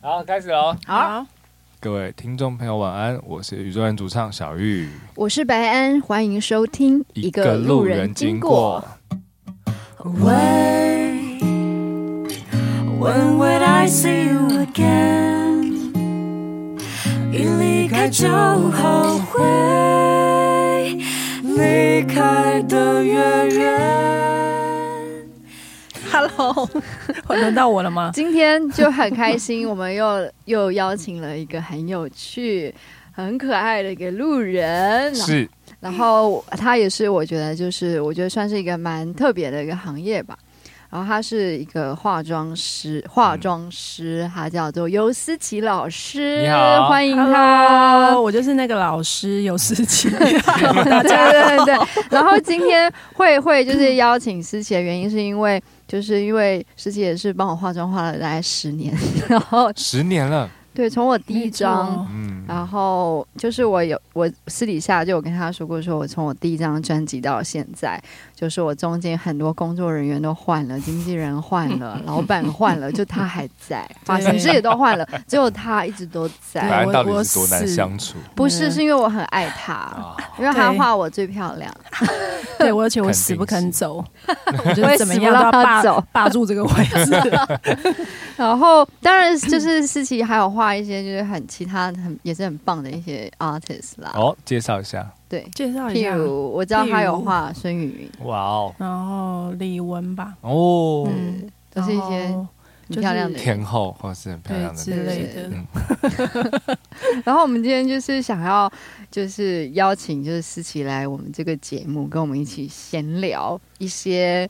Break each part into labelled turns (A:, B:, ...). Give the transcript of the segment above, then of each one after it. A: 好，开始喽！
B: 好，
A: 各位听众朋友，晚安，我是宇宙人主唱小玉，
B: 我是白安，欢迎收听
C: Wait, when would I see you again？一离开就后悔，离开的越远。
D: Hello，轮到我了吗？
B: 今天就很开心，我们又又邀请了一个很有趣、很可爱的一个路人，
A: 是
B: 然后他也是，我觉得就是我觉得算是一个蛮特别的一个行业吧。然后他是一个化妆师，
A: 嗯
B: 化妆师，他叫做尤思琪老师，
A: 你好
B: 欢迎他。
D: Hello，我就是那个老师有事情，
B: 对对对对。 然后今天慧慧就是邀请思琪的原因，是因为就是因为思琪也是帮我化妆化了大概十年， 然后
A: 十年了，
B: 对，从我第一张
A: 嗯，
B: 然后就是我有我私底下就有跟他说过，说我从我第一张专辑到现在，就是我中间很多工作人员都换了，经纪人换 了，老板换了，就他还在，发型师也都换了，只有他一直都
D: 对
B: 在。
A: 白安
D: 哎我
A: 到底
D: 我
A: 是多难
D: 死
A: 相处
B: 不是，是因为我很爱他，
A: 啊？
B: 因为他
D: 对
B: 画我最漂亮，
D: 对我而且我死不肯 走，我就是怎么样都要
B: 我也死
D: 霸
B: 不让他走
D: 霸住这个位 置。
B: 然后当然就是思琪还有画一些就是很其他很也是很棒的一些 artist 啦，
A: 哦，介绍一下，
B: 对，
D: 介绍一
B: 譬
D: 下，
B: 如我知道他
D: 譬
B: 有
D: 如
B: 画孙雨
A: 哇哦，
D: 然后李玟吧，
A: 哦，
D: 嗯
B: 云，都是一些
D: 然后
B: 很漂亮的人
A: 天后或是很漂
D: 对
A: 亮的
D: 之
A: 女
D: 类
A: 生，
D: 的。
A: 嗯
B: 然后我们今天就是想要，就是邀请就是思琪来我们这个节目，跟我们一起闲聊一些。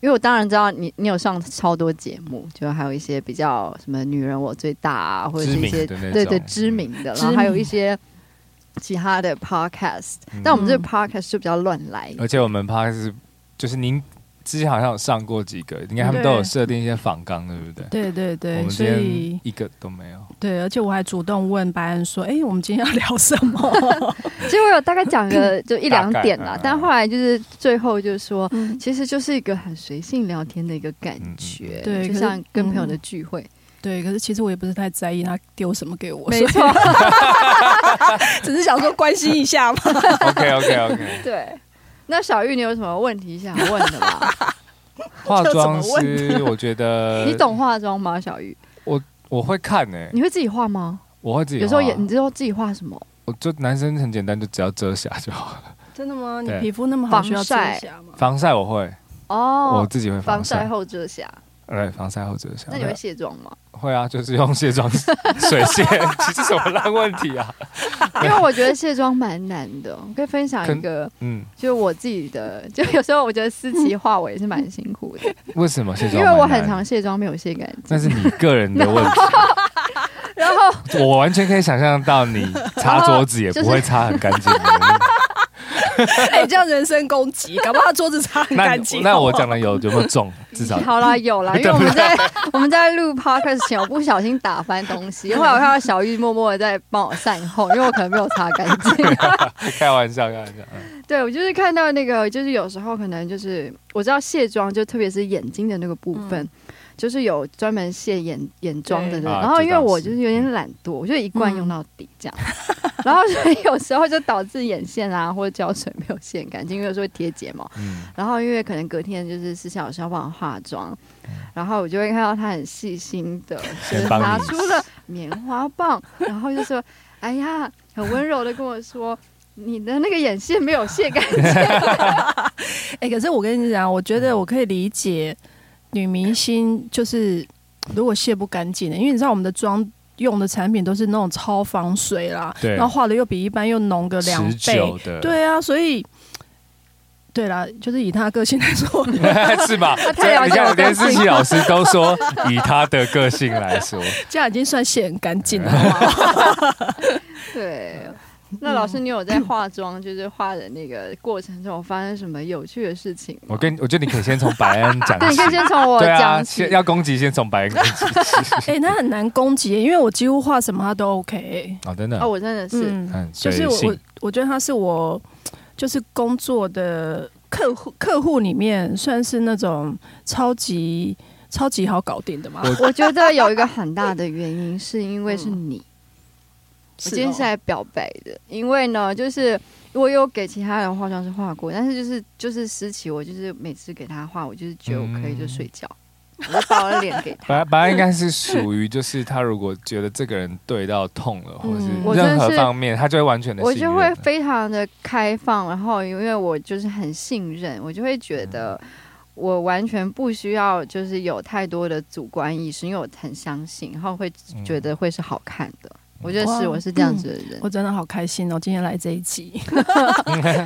B: 因为我当然知道你，你有上超多节目，就还有一些比较什么“女人我最大”啊，或者是一些
A: 知名的那种嗯
B: 对对知名的，然后还有一些其他的 podcast、
A: 嗯呃
B: 但我们这个 podcast 就比较乱来，
A: 而且我们怕是就是您之前好像有上过几个，应该他们都有设定一些仿纲，对不对？
D: 对对
A: 我
D: 对，
A: 们
D: 所
A: 今
D: 以
A: 天一个都没有，
D: 对，而且我还主动问白安说：“哎，我们今天要聊什么
B: 其实我有大概讲 个就一两点
A: 大概
B: 啦
A: 嗯，
B: 但后来就是最后就是说，？”
D: 嗯
B: 其实就是一个很随性聊天的一个感
A: 嗯嗯嗯
B: 觉，
D: 对
B: 就
D: 可是
B: 像跟朋友的
D: 嗯
B: 聚会，
D: 对，可是其实我也不是太在意他丢什么给我，
B: 没
D: 所以
B: 错，
D: 只是想说关心一下嘛。
A: OK OK OK，
B: 对，那小玉，你有什么问题想问的 吗？
A: 化妆
D: 这怎么
A: 师，我觉 得
B: 你，懂化妆吗？小玉，
A: 我会看呢、
B: 你会自己画吗？
A: 我会自己画，啊
B: 有时候也，你知道自己画什么？
A: 我就男生很简单，就只要遮瑕就好 了。
D: 真的吗？你
A: 对
D: 皮肤那么好，
B: 防
D: 需要遮
B: 晒
D: 瑕吗？
A: 防晒我会，我
B: 哦，
A: 自己会
B: 防晒
A: 晒，
B: 后遮瑕。
A: 对，防晒后遮瑕。
B: 那你会卸妆 吗？
A: 会啊，就是用卸妆水卸， 其实什么烂问题啊？
B: 因为我觉得卸妆蛮难的。我可以分享一个，
A: 嗯，
B: 就是我自己的，就有时候我觉得思琪画我也是蛮辛苦的，
A: 为什 么卸
B: 因
A: 妆？
B: 为我很常，卸妆没有卸干
A: 那
B: 净。
A: 是你个人的问
B: 然后
A: 题，我完全可以想象到你擦桌子也不会擦很干净
B: 哦
A: 的。
D: 哎、这样人身攻击，搞不好他桌子擦很
A: 那
D: 干
A: 你
D: 净。
A: 那我讲的有有没有中？至 少
B: 好啦，有啦，因为我们 在我们在录 podcast 前，我不小心打翻东西，后来我看到小玉默默的在帮我善后，因为我可能没有擦干净。
A: 开玩笑，开玩笑。嗯
B: 对，我就是看到那个，就是有时候可能就是我知道卸妆，就特别是眼睛的那个部分，就是有专门卸眼眼妆的人。
A: 对啊
B: 然后因为我
A: 这倒是
B: 就是有点懒惰，我就一罐
D: 嗯
B: 用到底这样， 然后所以有时候就导致眼线啊或者胶水没有卸干净，因为有时候会贴睫毛。
A: 嗯，
B: 然后因为可能隔天就是私下老师要帮我化妆，然后我就会看到他很细心的，就是
A: 嗯先帮你
B: 拿出了棉花棒，然后就说：“哎呀，很温柔的跟我说。”你的那个眼线没有卸干净，
D: 哎、可是我跟你讲，我觉
A: 嗯
D: 得我可以理解女明星就是如果卸不干净的，因为你知道我们的妆用的产品都是那种超防水啦，
A: 对
D: 然后画的又比一般又浓个两
A: 持
D: 倍
A: 久，的，
D: 对啊，所以对啦，就是以她的个性来说，
A: 是 吧？
B: 太了
A: 你
B: 解我
A: 看，
B: 个
A: 连
B: 性
A: 思琪老师都说，以他的个性来说，
D: 这样已经算卸很干净了，好 不好
B: 对。
D: 嗯
B: 那老师，你有在化妆，就是化的那个过程中发生什么有趣的事情吗？
A: 我跟我觉得你可以先从白恩讲
B: 对，你
A: 起
B: 可以。先从我
A: 对啊，
B: 讲起
A: 先。要攻击先从白 恩攻击起。
D: 哎、那很难攻击，因为我几乎画什么她都 OK、哎
A: 哦，真的
B: 哦，，我真的是，
D: 嗯
A: 很
D: 就
A: 随
D: 是我我
A: 性。
D: 我觉得他是我就是工作的客户客户里面算是那种超级超级好搞定的嘛。
A: 我
B: 我觉得有一个很大的原因是因为是你，我
D: 嗯是
B: 今天
D: 哦
B: 是来表白的，因为呢，就是我有给其他人化妆师画过，但是就是就是思琪，我就是每次给她画，我就是觉得我可以
A: 嗯
B: 就睡觉，我就把我的脸给她。
A: 本来本来应该是属于，就是他如果觉得这个人对到痛了，或
D: 嗯我
A: 是
B: 真的
A: 任何
B: 是
A: 方面，他就会完全的
B: 我就会非常的开放，然后因为我就是很信任，我就会觉得
A: 嗯
B: 我完全不需要就是有太多的主观意识，因为我很相信，然后会
A: 嗯
B: 觉得会是好看的。我觉得是
D: 哇
B: 我是这样子的人，
D: 我真的好开心哦，今天来这一集，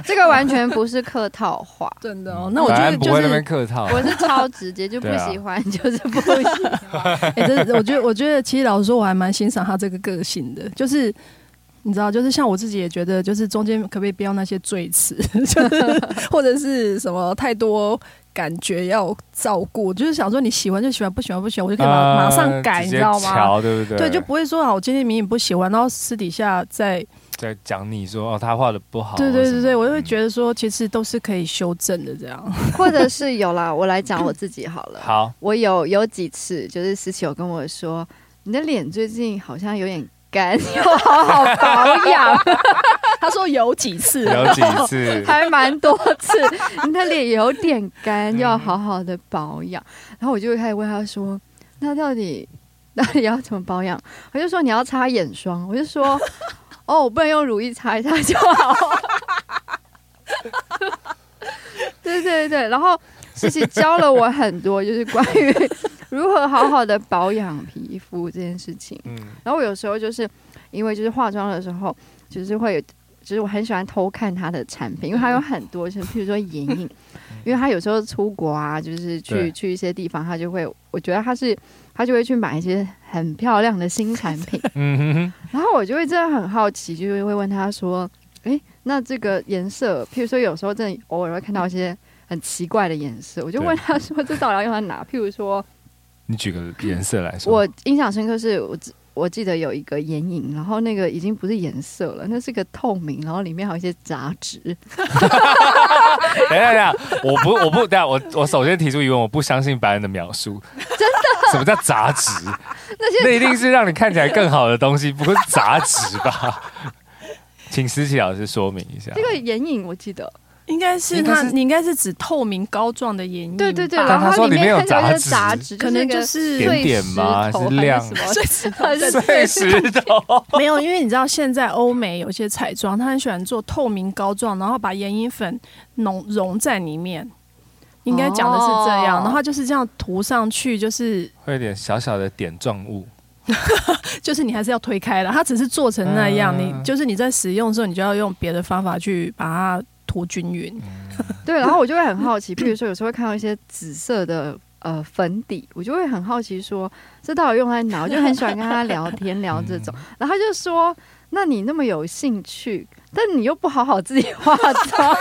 B: 这个完全不是客套话，
D: 真的
A: 哦
D: 哦。那我觉得
A: 不
D: 就
A: 会
D: 是
A: 那边客套，
B: 我是超直接，就不
A: 对啊
B: 喜欢就是不喜欢。
D: 哎、真的，我觉得，我觉得，其实老实说，我还蛮欣赏他这个个性的，就是。你知道，就是像我自己也觉得，就是中间可不可以不要那些赘词， 就是或者是什么太多感觉要照顾，就是想说你喜欢就喜欢，不喜欢不喜欢，我就可以马、
A: 呃
D: 马上改，你
A: 直
D: 知
A: 接
D: 道吗？
A: 瞧对不对？
D: 对，就不会说啊，我今天明明不喜欢，然后私底下再
A: 在讲你说哦，他画的不好，
D: 对对对对，我就会
A: 得
D: 觉得说，其实都是可以修正的，这样。
B: 或者是有啦，我来讲我自己好 了。，
A: 好，
B: 我有有几次就是思琪有跟我说，你的脸最近好像有点干，要好哦好保养，
D: 他说有几次，
A: 有几 次
B: 还蛮多次， 你的脸有点干，要好好的保养。然后我就会开始问他说，那到底到底要怎么保养？我就说你要擦眼霜，我就说。哦，我不能用乳液擦一擦就好。 对对对，然后思琪教了我很多，就是关于如何好好的保养皮肤这件事情。
A: 嗯，
B: 然后我有时候就是因为就是化妆的时候，就是会有，就是我很喜欢偷看她的产品，因为她有很多，就是譬如说眼影，因为她有时候出国啊，就是去
A: 对
B: 去一些地方，她就会，我觉得她是她就会去买一些很漂亮的新产品，
A: 嗯哼哼，
B: 然后我就会真的很好奇，就是会问他说：“诶，那这个颜色，譬如说有时候真的偶尔会看到一些很奇怪的颜色，我就问他说这到底要用在哪？譬如说，
A: 你举个颜色来说，
B: 我印象深刻是我记我记得有一个眼影，然后那个已经不是颜色了，那是个透明，然后里面还有一些杂质。
A: 等一下等一下，哎我不我不等一下我我首先提出疑问，我不相信白人的描述，真的？什么叫杂质？
B: 那
A: 那一定是让你看起来更好的东西，不是杂质吧？请思琪老师说明一下。
B: 这个眼影我记得，
D: 应该是
A: 应该
D: 他，
A: 是
D: 你应该是指透明膏状的眼影吧，
B: 对对对，
A: 但
B: 然后
A: 他说
B: 它里
A: 里面有
B: 看起来有些
A: 杂
B: 杂
A: 质
B: 质，
D: 可能
B: 就
D: 就是
B: 那
D: 是
B: 个
A: 点点吗
B: 碎石头
A: 还是亮
B: 还是什么还是
A: 碎石头，
D: 没有，因为你知道现在欧美有些彩妆，他很喜欢做透明膏状，然后把眼影粉浓融在里面。应该讲的是这样，
B: 哦
D: 然后就是这样涂上去，就是
A: 会有点小小的点状物。
D: 就是你还是要推开的，它只是做成那样，
A: 嗯
D: 你就是你在使用的时候，你就要用别的方法去把它涂均匀。
A: 嗯
B: 对，然后我就会很好奇，譬如说有时候会看到一些紫色的呃粉底，我就会很好奇说这到底用在哪？我就很喜欢跟他聊天聊这 种，然后他就说：“那你那么有兴趣，但你又不好好自己化 妆，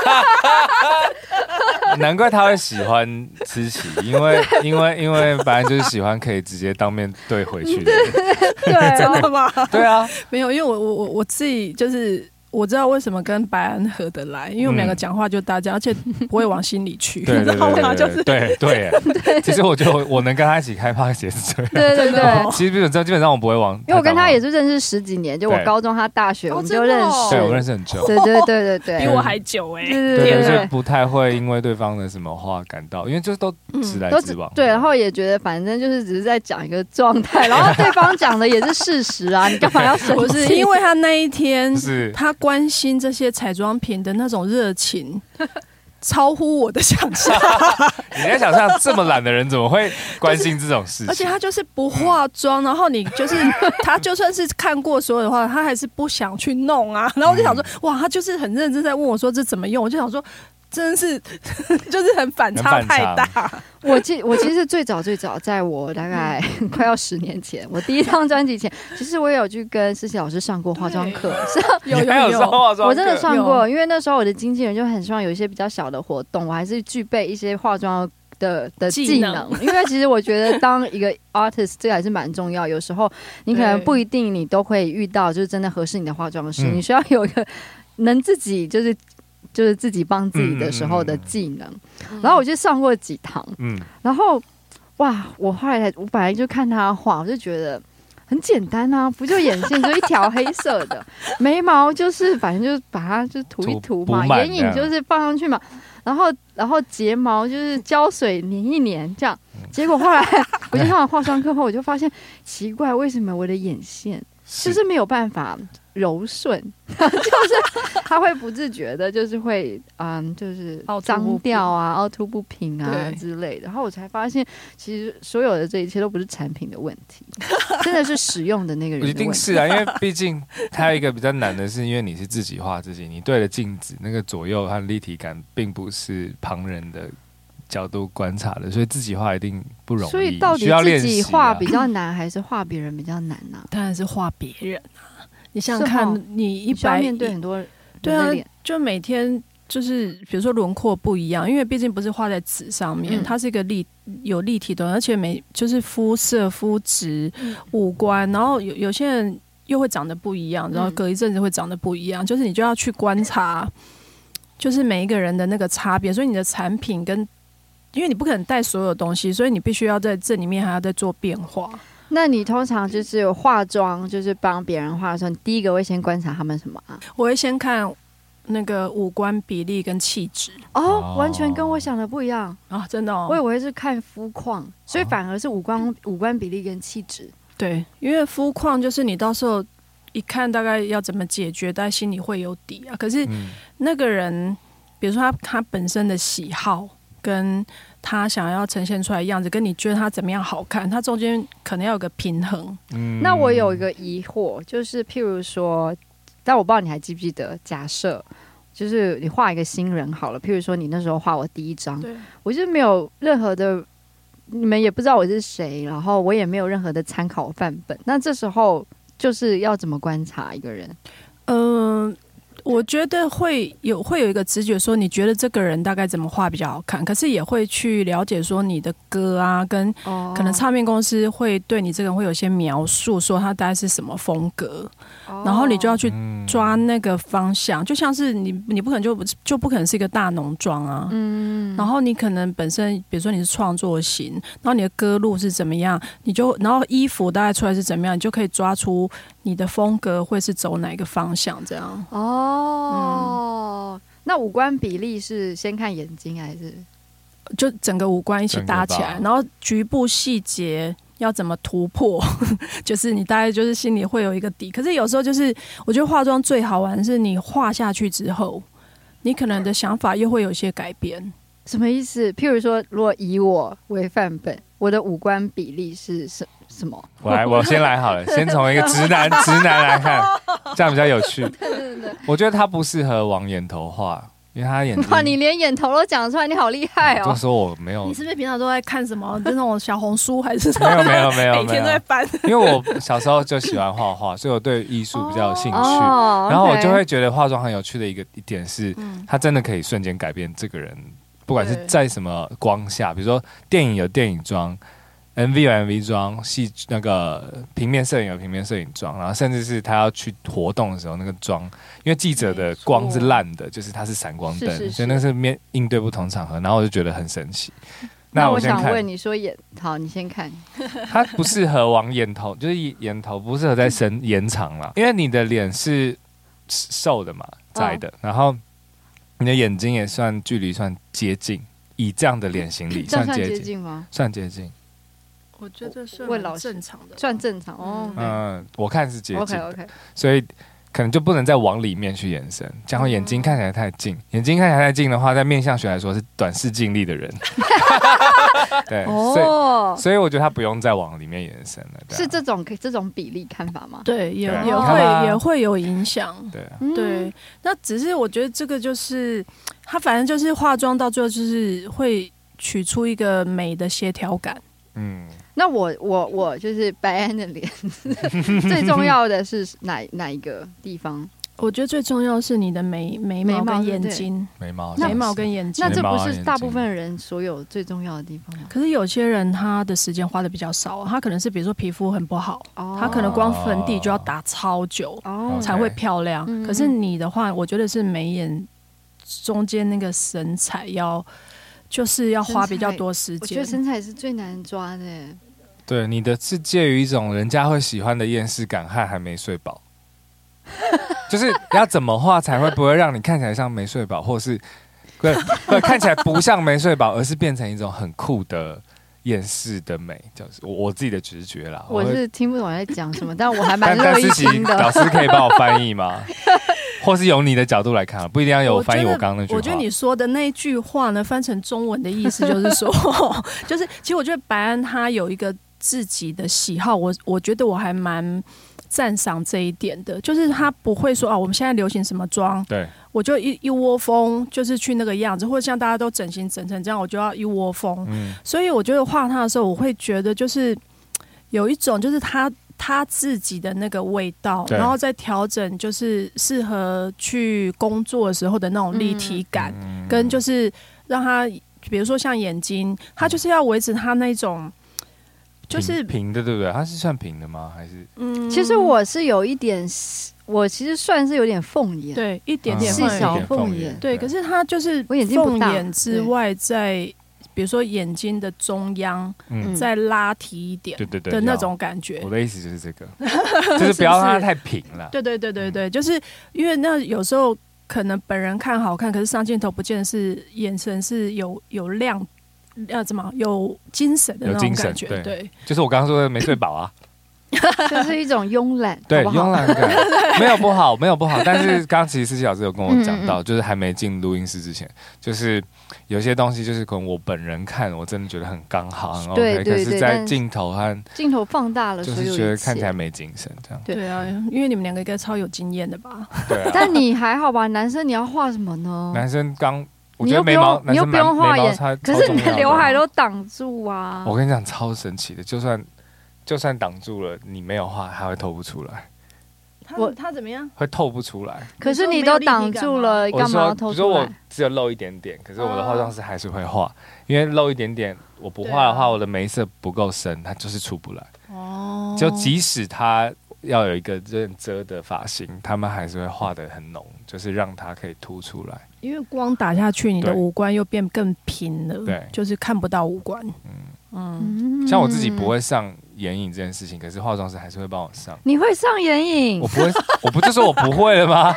A: 难怪他会喜欢思琪，因为因为因为白人就是喜欢可以直接当面对回去的人。
B: 对哦，
D: 吗？
A: 对啊，
D: 没有，因为我我我我自己就是我知道为什么跟白安合得来，因为我们两个讲话就大家，而且不会往心里 去，你
A: 对对
D: 知道吗？
A: 嗯对
D: 就是
A: 对对对对。其实我觉得我我能跟他一起开趴也是这样。
B: 对对对。”
A: 其实基本上基本上我不会往，
B: 哦因为我跟他也是认识十几年，就我
A: 对
B: 高中，他大学，
D: 哦
B: 我们
D: 真
B: 就
D: 的
B: 认
D: 哦
B: 识。
A: 对我认识很久。
B: 对对对对对，
D: 比我还久哎、
B: 对对
A: 对
B: 对
A: 对，就
B: 对，
A: 不太会因为对方的什么话感到，因为就是都直来
B: 嗯都
A: 直
B: 只
A: 往。
B: 对，然后也觉得反正就是只是在讲一个状态，然后对方讲的也是事实啊，你干嘛要生
D: 不
B: 气？
D: 是因为他那一天
A: 就，是
D: 他关心这些彩妆品的那种热 情，超乎我的想象。
A: 你在想象这么懒的人怎么会关心这种事
D: 而且
A: 情？
D: 他就是不化妆，然后你 就是他就算是看过所有的话，他还是不想去弄啊。然后我就想说，
B: 嗯
D: 哇，他就是很认真在问我说这怎么用，我就想说。真的是， 就是很反差
A: 很反
D: 太
A: 常
D: 大。
B: 我其我其实最早最早，在我大概 快要十年前，我第一张专辑前，其实我也有去跟思琪老师上过化妆课，是啊
D: 有
A: 你还
D: 有
A: 上
D: 有，
A: 化妆
B: 我真的
A: 课
B: 上过，因为那时候我的经纪人就很希望有一些比较小的活动，我还是具备一些化妆。的的
D: 技
B: 技
D: 能
B: 能，因为其实我觉得当 一个 artist 这个还是蛮重要。有时候你可能
D: 对
B: 不一定你都会遇到，就是真的合适你的化妆师，
A: 嗯
B: 你需要有一个能自己就是就是自己帮自己
A: 嗯嗯
B: 的时候
A: 嗯
B: 的
A: 嗯
B: 技能。然后我就上过几堂，
A: 嗯，
B: 然后哇，我后来才我本来就看他的画，我就觉得很简单啊，不就眼线就一条黑色的，眉毛就是反正就是把它就涂一
A: 涂
B: 涂嘛
A: 补，满
B: 眼影就是放上去嘛，然后然后睫毛就是胶水粘一粘这样。结果后来我就上完化妆课后，我就发现奇怪，为什么我的眼线就是没有办法柔顺， 就是它会不自觉的，就是会嗯，就是
D: 凹凸不
B: 脏
D: 平
B: 掉啊、凹凸不平啊
D: 对
B: 之类的。然后我才发现，其实所有的这一切都不是产品的问题， 真的是使用的那个人
A: 一
B: 的问
A: 定
B: 题。
A: 是啊，因为毕竟它有一个比较难的是，因为你是自己画自己，你对着镜子那个左右和立体感，并不是旁人的角度观察的，所以自己画一定不容易，
B: 所以到底
A: 需要练
B: 自己
A: 习啊
B: 画比较难，还是画别人比较难啊呢、
D: 当然是画别人啊！你想想
B: 是
D: 看
B: 哦，
D: 你一
B: 你需要
D: 百
B: 面对很多人
D: 对啊
B: 的脸，，
D: 就每天就是比如说轮廓不一样，因为毕竟不是画在纸上面，
B: 嗯
D: 它是一个立有立体的东西，而且每就是肤色、肤质、
B: 嗯
D: 五官，然后有有些人又会长得不一样，然
B: 嗯
D: 后隔一阵子会长得不一样，就是你就要去观察，就是每一个人的那个差别，所以你的产品跟。因为你不可能带所有东西，所以你必须要在这里面还要再做变化。
B: 那你通常就是有化妆，就是帮别人化的时候，你第一个会先观察他们什么啊？
D: 我会先看那个五官比例跟气质
B: 哦
A: 哦，
B: 完全跟我想的不一样。
D: 啊，真的哦嗯
B: 我以为是看肤况，所以反而是五官五官比例跟气质。
D: 对，因为肤况就是你到时候一看大概要怎么解决，大家心里会有底啊。可是
A: 嗯，
D: 那个人，比如说他他本身的喜好，跟他想要呈现出来的样子，跟你觉得他怎么样好看，他中间可能要有个平衡。
A: 嗯
B: 那我有一个疑惑，就是譬如说，但我不知道你还记不记得，假设。就是你画一个新人好了，譬如说你那时候画我第一张，
D: 对，
B: 我就没有任何的，你们也不知道我是谁，然后我也没有任何的参考范本。那这时候就是要怎么观察一个人？
D: 嗯、我觉得会有会有一个直觉，说你觉得这个人大概怎么画比较好看，可是也会去了解说你的歌啊，跟
B: 哦
D: 可能唱片公司会对你这个人会有一些描述，说他大概是什么风格，
B: 哦
D: 然后你就要去
A: 嗯
D: 抓那个方向，就像是你，你不可能就不就不可能是一个大浓妆啊，嗯，然后你可能本身，比如说你是创作型，然后你的歌路是怎么样，你就然后衣服大概出来是怎么样，你就可以抓出你的风格会是走哪一个方向这样。
B: 嗯
D: 嗯
B: 哦。那五官比例是先看眼睛还是？
D: 就整个五官一起搭起来
A: 整，个吧
D: 然后局部细节要怎么突破， 就是你大概就是心里会有一个底。可是有时候就是，我觉得化妆最好玩是你画下去之后，你可能的想法又会有一些改变。
B: 什么意思？譬如说，如果以我为范本，我的五官比例是什什么？
A: 我来，我先来好 了，先从一个直男直男来看，这样比较有趣。我觉得他不适合往眼头画，因为他眼睛
B: 哇，你连眼头都讲出来，你好厉害
A: 就
B: 哦！
A: 说我没有，
D: 你是不是平常都在看什么那种小红书，还是什
A: 没有
D: 么
A: 没有没有
D: 每天
A: 没
D: 都在
A: 有，
D: 翻？
A: 因为我小时候就喜欢画画，所以我对艺术比较有兴趣。
B: 哦
A: 然后我
B: OK
A: 就会觉得化妆很有趣的一个一点是，
D: 嗯
A: 它真的可以瞬间改变这个人，不管是
D: 对
A: 在什么光下，比如说电影有电影妆，MV 有 MV 妆，戏那个平面摄影有平面摄影妆，然后甚至是他要去活动的时候那个妆，因为记者的光是烂的，就是它是闪光灯，
B: 是是是
A: 所以那是面应对不同场合，然后我就觉得很神 奇。
B: 那
A: 我先
B: 想
A: 看
B: 问，你说眼好，你先看
A: 它不适合往眼头，就是眼头不适合在深延长啦，因为你的脸是瘦的嘛，窄的，
B: 嗯
A: 然后你的眼睛也算距离算接近，以这样的脸型里
B: 这
A: 算
B: 样算
A: 接
B: 接
A: 近，
B: 近吗？
A: 算接近，
D: 我觉得是
B: 问老师
D: 正常的吧，
B: 算正常哦。
D: 对
A: 嗯，我看是接近
B: OK
A: 的
B: OK，
A: 所以可能就不能再往里面去延伸，这样会眼睛看起来太
B: 嗯
A: 近，眼睛看起来太近的话，在面相学来说是短视近利的 人，对，啊所以
B: 哦，
A: 所以我觉得他不用再往里面延伸了，对啊
B: 是这种可以这种比例看法吗？
D: 对，也
A: 对
D: 也
B: 你看
A: 吧
D: 会也会有影响。
A: 对啊，
B: 嗯
D: 对，，那只是我觉得这个就是他，反正就是化妆到最后就是会取出一个美的协调感。
A: 嗯。
B: 那我我我就是白安的 脸，最重要的是哪哪一个地方？
D: 我觉得最重要是你的眉眉
B: 眉
D: 毛
B: 毛
D: 跟
B: 对
D: 眼
B: 不对
D: 睛，
A: 眉毛，
D: 眉毛跟眼睛
B: 那。这
A: 眉毛
B: 不
A: 啊
B: 是
A: 眼
B: 大
A: 睛
B: 部分人所有最重要的地方吗？
D: 可是有些人他的时间花的比较少、他可能是比如说皮肤很不好，
B: 哦
D: 他可能光粉底就要打超久
B: 哦
D: 才会漂亮。
B: 嗯
D: 可是你的话，我觉得是眉眼中间那个神采要就是要花比较多时
B: 我觉得
D: 间。
B: 身材是最难抓的耶，
A: 对，你的是介于一种人家会喜欢的厌世感和还没睡饱， 就是要怎么画才会不会让你看起来像没睡饱，或是对对看起来不像没睡饱，而是变成一种很酷的厌世的美，就是我我自己的直觉啦。
B: 我
A: 会
B: 是听不懂在讲 什么，但我还蛮
A: 哦但
B: 乐
A: 但
B: 意
A: 思琪
B: 听
A: 老
B: 的。
A: 师可以帮我翻译 吗？或是由你的角度来看啊，不一定要有翻译我刚刚那句话。
D: 我觉得你说的那一句话呢，翻成中文的意思就是说， 就是其实我觉得白安他有一个自己的喜好，我我觉得我还蛮赞赏这一点的，就是他不会说啊，我们现在流行什么妆，
A: 对
D: 我就一一窝蜂就是去那个样子，或者像大家都整形整成这样，我就要一窝蜂。
A: 嗯
D: 所以我觉得画他的时候，我会觉得就是有一种就是他他自己的那个味道，
A: 对
D: 然后再调整就是适合去工作的时候的那种立体感，
A: 嗯
D: 跟就是让他比如说像眼睛，他就是要维持他那种就是
A: 嗯平平的，对不对？它是算平的吗？还是
D: 嗯，
B: 其实我是有一点，我其实算是有点凤眼，
D: 嗯对一点
B: 点
D: 点
B: 细
D: 会
B: 会小
A: 一点
B: 凤
A: 凤
B: 眼
D: 对，可是他就是
B: 我眼睛不
D: 凤
B: 大
D: 眼之外，在比如说眼睛的中央
A: 嗯
B: 嗯
D: 再拉提一点
A: 对对对
D: 的那
A: 要
D: 种感觉
A: 我。的意思就是这个， 就是不要让它太平 了。
D: 对对对对
A: 嗯
D: 对，就是因为那有时候可能本人看好看，可是上镜头不见得是眼神是有有亮，呃，怎么有精神的那
A: 有
D: 种
A: 精神
D: 感觉？
A: 对
D: 对
A: 就是我刚刚说的没睡饱 啊，
B: 就是一种慵懒，
A: 对，
B: 好不好
A: 慵懒 感没有不好，没有不好。但是刚刚其实思琪老师有跟我讲
B: 嗯
A: 到，就是还没进录音室之前，就是有些东西就是可能我本人看我真的觉得很刚好，很 OK，
B: 对对
A: 可
B: 对
A: 是
B: 但
A: 在
B: 是
A: 镜头和
B: 镜头放大了，
A: 就
B: 所
A: 是
B: 有
A: 觉得
B: 一
A: 看起
B: 切
A: 来没精神这样。
B: 对
D: 对啊，因为你们两个应该超有经验的吧？
A: 对啊，
B: 但你还好吧？男生你要画什么呢？
A: 男生刚我
B: 你
A: 觉得
B: 又不
A: 眉毛
B: 用，，
A: 男
B: 你又
A: 生
B: 不
A: 眉
B: 用画
A: 眉毛
B: 眼，
A: 超
B: 可是你
A: 超重
B: 的
A: 要
B: 刘海都挡住啊！
A: 我跟你讲超神奇的，就算就算挡住了，你没有画，它会透不出来，
B: 我
D: 他怎么样？
A: 会透不出来。
B: 可是你都挡住了，
A: 我
B: 干嘛要
A: 说，比如
B: 偷出
A: 说我
B: 来？
A: 只有露一点点，可是我的
D: 哦
A: 化妆师还是会画，因为露一点点，我不画的
D: 对
A: 话，
D: 啊
A: 我的眉色不够深，它就是出不来。
D: 哦，
A: 就即使它要有一个认遮的发型，他们还是会画的很浓，就是让它可以凸出来。
D: 因为光打下去，你
A: 对
D: 的五官又变更平了，
A: 对
D: 就是看不到五官。嗯
B: 嗯
A: 像我自己不，会上眼影这件事情，可是化妆师还是会帮我上。
B: 你会上眼影
A: 我，不会，我不就说我不会了吗？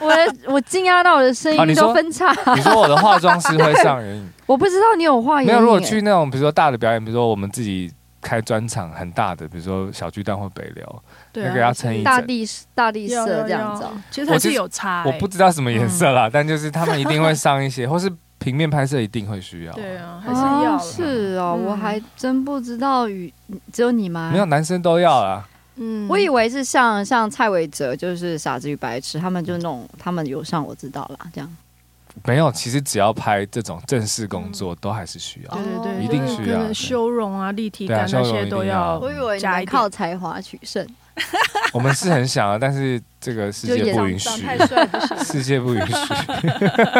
B: 我的我惊讶到我的声
A: 啊
B: 音
A: 你
B: 都
A: 说
B: 分叉，
A: 你说我的化妆师会上 眼影，
B: 我不知道你有画啊眼
A: 没
B: 影欸。
A: 有，如果去那种比如说大的表演，比如说我们自己开专场很大的，比如说小巨蛋或北流，
D: 对啊，
A: 那个要撑一
B: 大地大地色
D: 有有
B: 这样子哦
D: 有，其实
A: 我
D: 还
A: 其
D: 是
A: 实
D: 有差
A: 我
D: 欸。
A: 不知道什么颜色
B: 嗯
A: 啦，但就是他们一定会上一 些，或是平面拍摄一定会需要。
D: 对啊，还是要
B: 哦，
D: 啦
B: 是哦，
D: 嗯
B: 我还真不知道与只有你吗？
A: 没有，男生都要啊啦，
D: 嗯
B: 我以为是像像蔡伟哲，就是傻子与白痴，他们就那种他们有上我知道啦，这样。
A: 没有。其实只要拍这种正式工作，都还是需要。
D: 对对对，
A: 一定
D: 就是
A: 需要
D: 可能
A: 对
D: 修容啊、立体
A: 对啊
D: 感那
A: 修容
D: 些
A: 一
D: 都
A: 定
D: 要
A: 要。
B: 我以为你
D: 哦加
B: 们
D: 一点
B: 靠才华取胜，
A: 我们是很想啊，但是这个世
B: 就
A: 界
B: 演
A: 不
D: 长
A: 允
D: 长
A: 许，
D: 太帅不行。
A: 世界不允 许。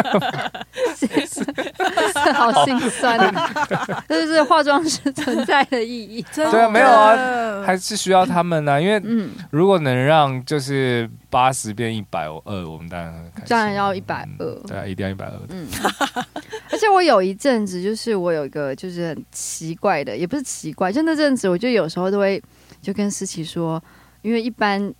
B: 是是是好心酸啊！ 这就是化妆师存在的意义。
D: 真
A: 对啊
D: 的
A: 没有啊还是需要他们啊呢、因为
B: 嗯，
A: 如果能让就是八十变一百二，我们当然很开心。啊
B: 当然要120
A: 嗯对啊，一定要一百二。
B: 嗯， 而且我有一阵子，就是我有一个就是很奇怪的，也不是奇怪，就那阵子，我就有时候都会就跟思琪说，因为一般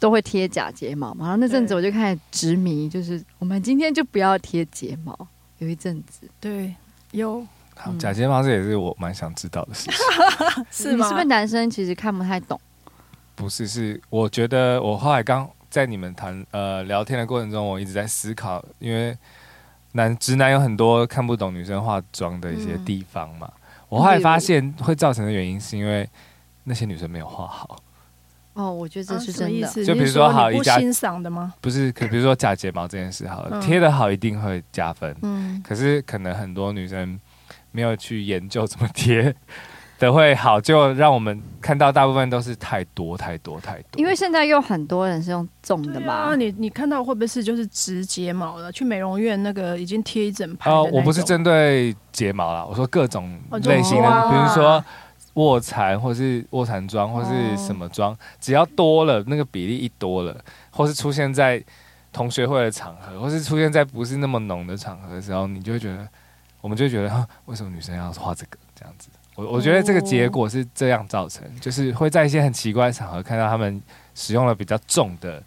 B: 都会贴假睫毛嘛，然后那阵子
D: 对
B: 我就开始执迷，就是我们今天就不要贴睫毛，有一阵子
D: 对有
A: 好
B: 嗯
A: 假睫毛这也是我蛮想知道的事情。
D: 是
B: 你
D: 吗？
B: 是不是男生其实看不太懂？
A: 不是，是我觉得我后来刚在你们谈呃聊天的过程中，我一直在思考，因为男直男有很多看不懂女生化妆的一些地方嘛。我后来发现会造成的原因是因为那些女生没有化好，
B: 哦，我觉得这
D: 啊
B: 是
D: 什么
B: 真
D: 意
B: 的。
D: 思？
A: 就
D: 你
A: 比
D: 是
A: 如说好
D: 你不
A: 一家
D: 欣赏的吗？
A: 不是？可比如说假睫毛这件事好了，
D: 嗯
A: 贴的好一定会加分，
D: 嗯，
A: 可是可能很多女生没有去研究怎么贴的会好，就让我们看到大部分都是太多太多太多，
B: 因为现在有很多人是用重的
D: 对
B: 嘛
D: 啊，，你你看到会不会是就是植睫毛了？去美容院那个已经贴一整排的
A: 哦，
D: 那种
A: 我不是针对睫毛啦，我说各种
D: 哦就
A: 类型的，
D: 哇
A: 比如说卧蚕或是卧蚕妆或是什么
D: 哦
A: 妆，只要多了那个比例一多了，或是出现在同学会的场合，或是出现在不是那么浓的场合的时候，你就会觉得哦我们就觉得啊为什么女生要画这个这样子？我我觉得
D: 哦
A: 这个结果是这样造成，就是会在一些很奇怪的场合看到他们使用了比较重的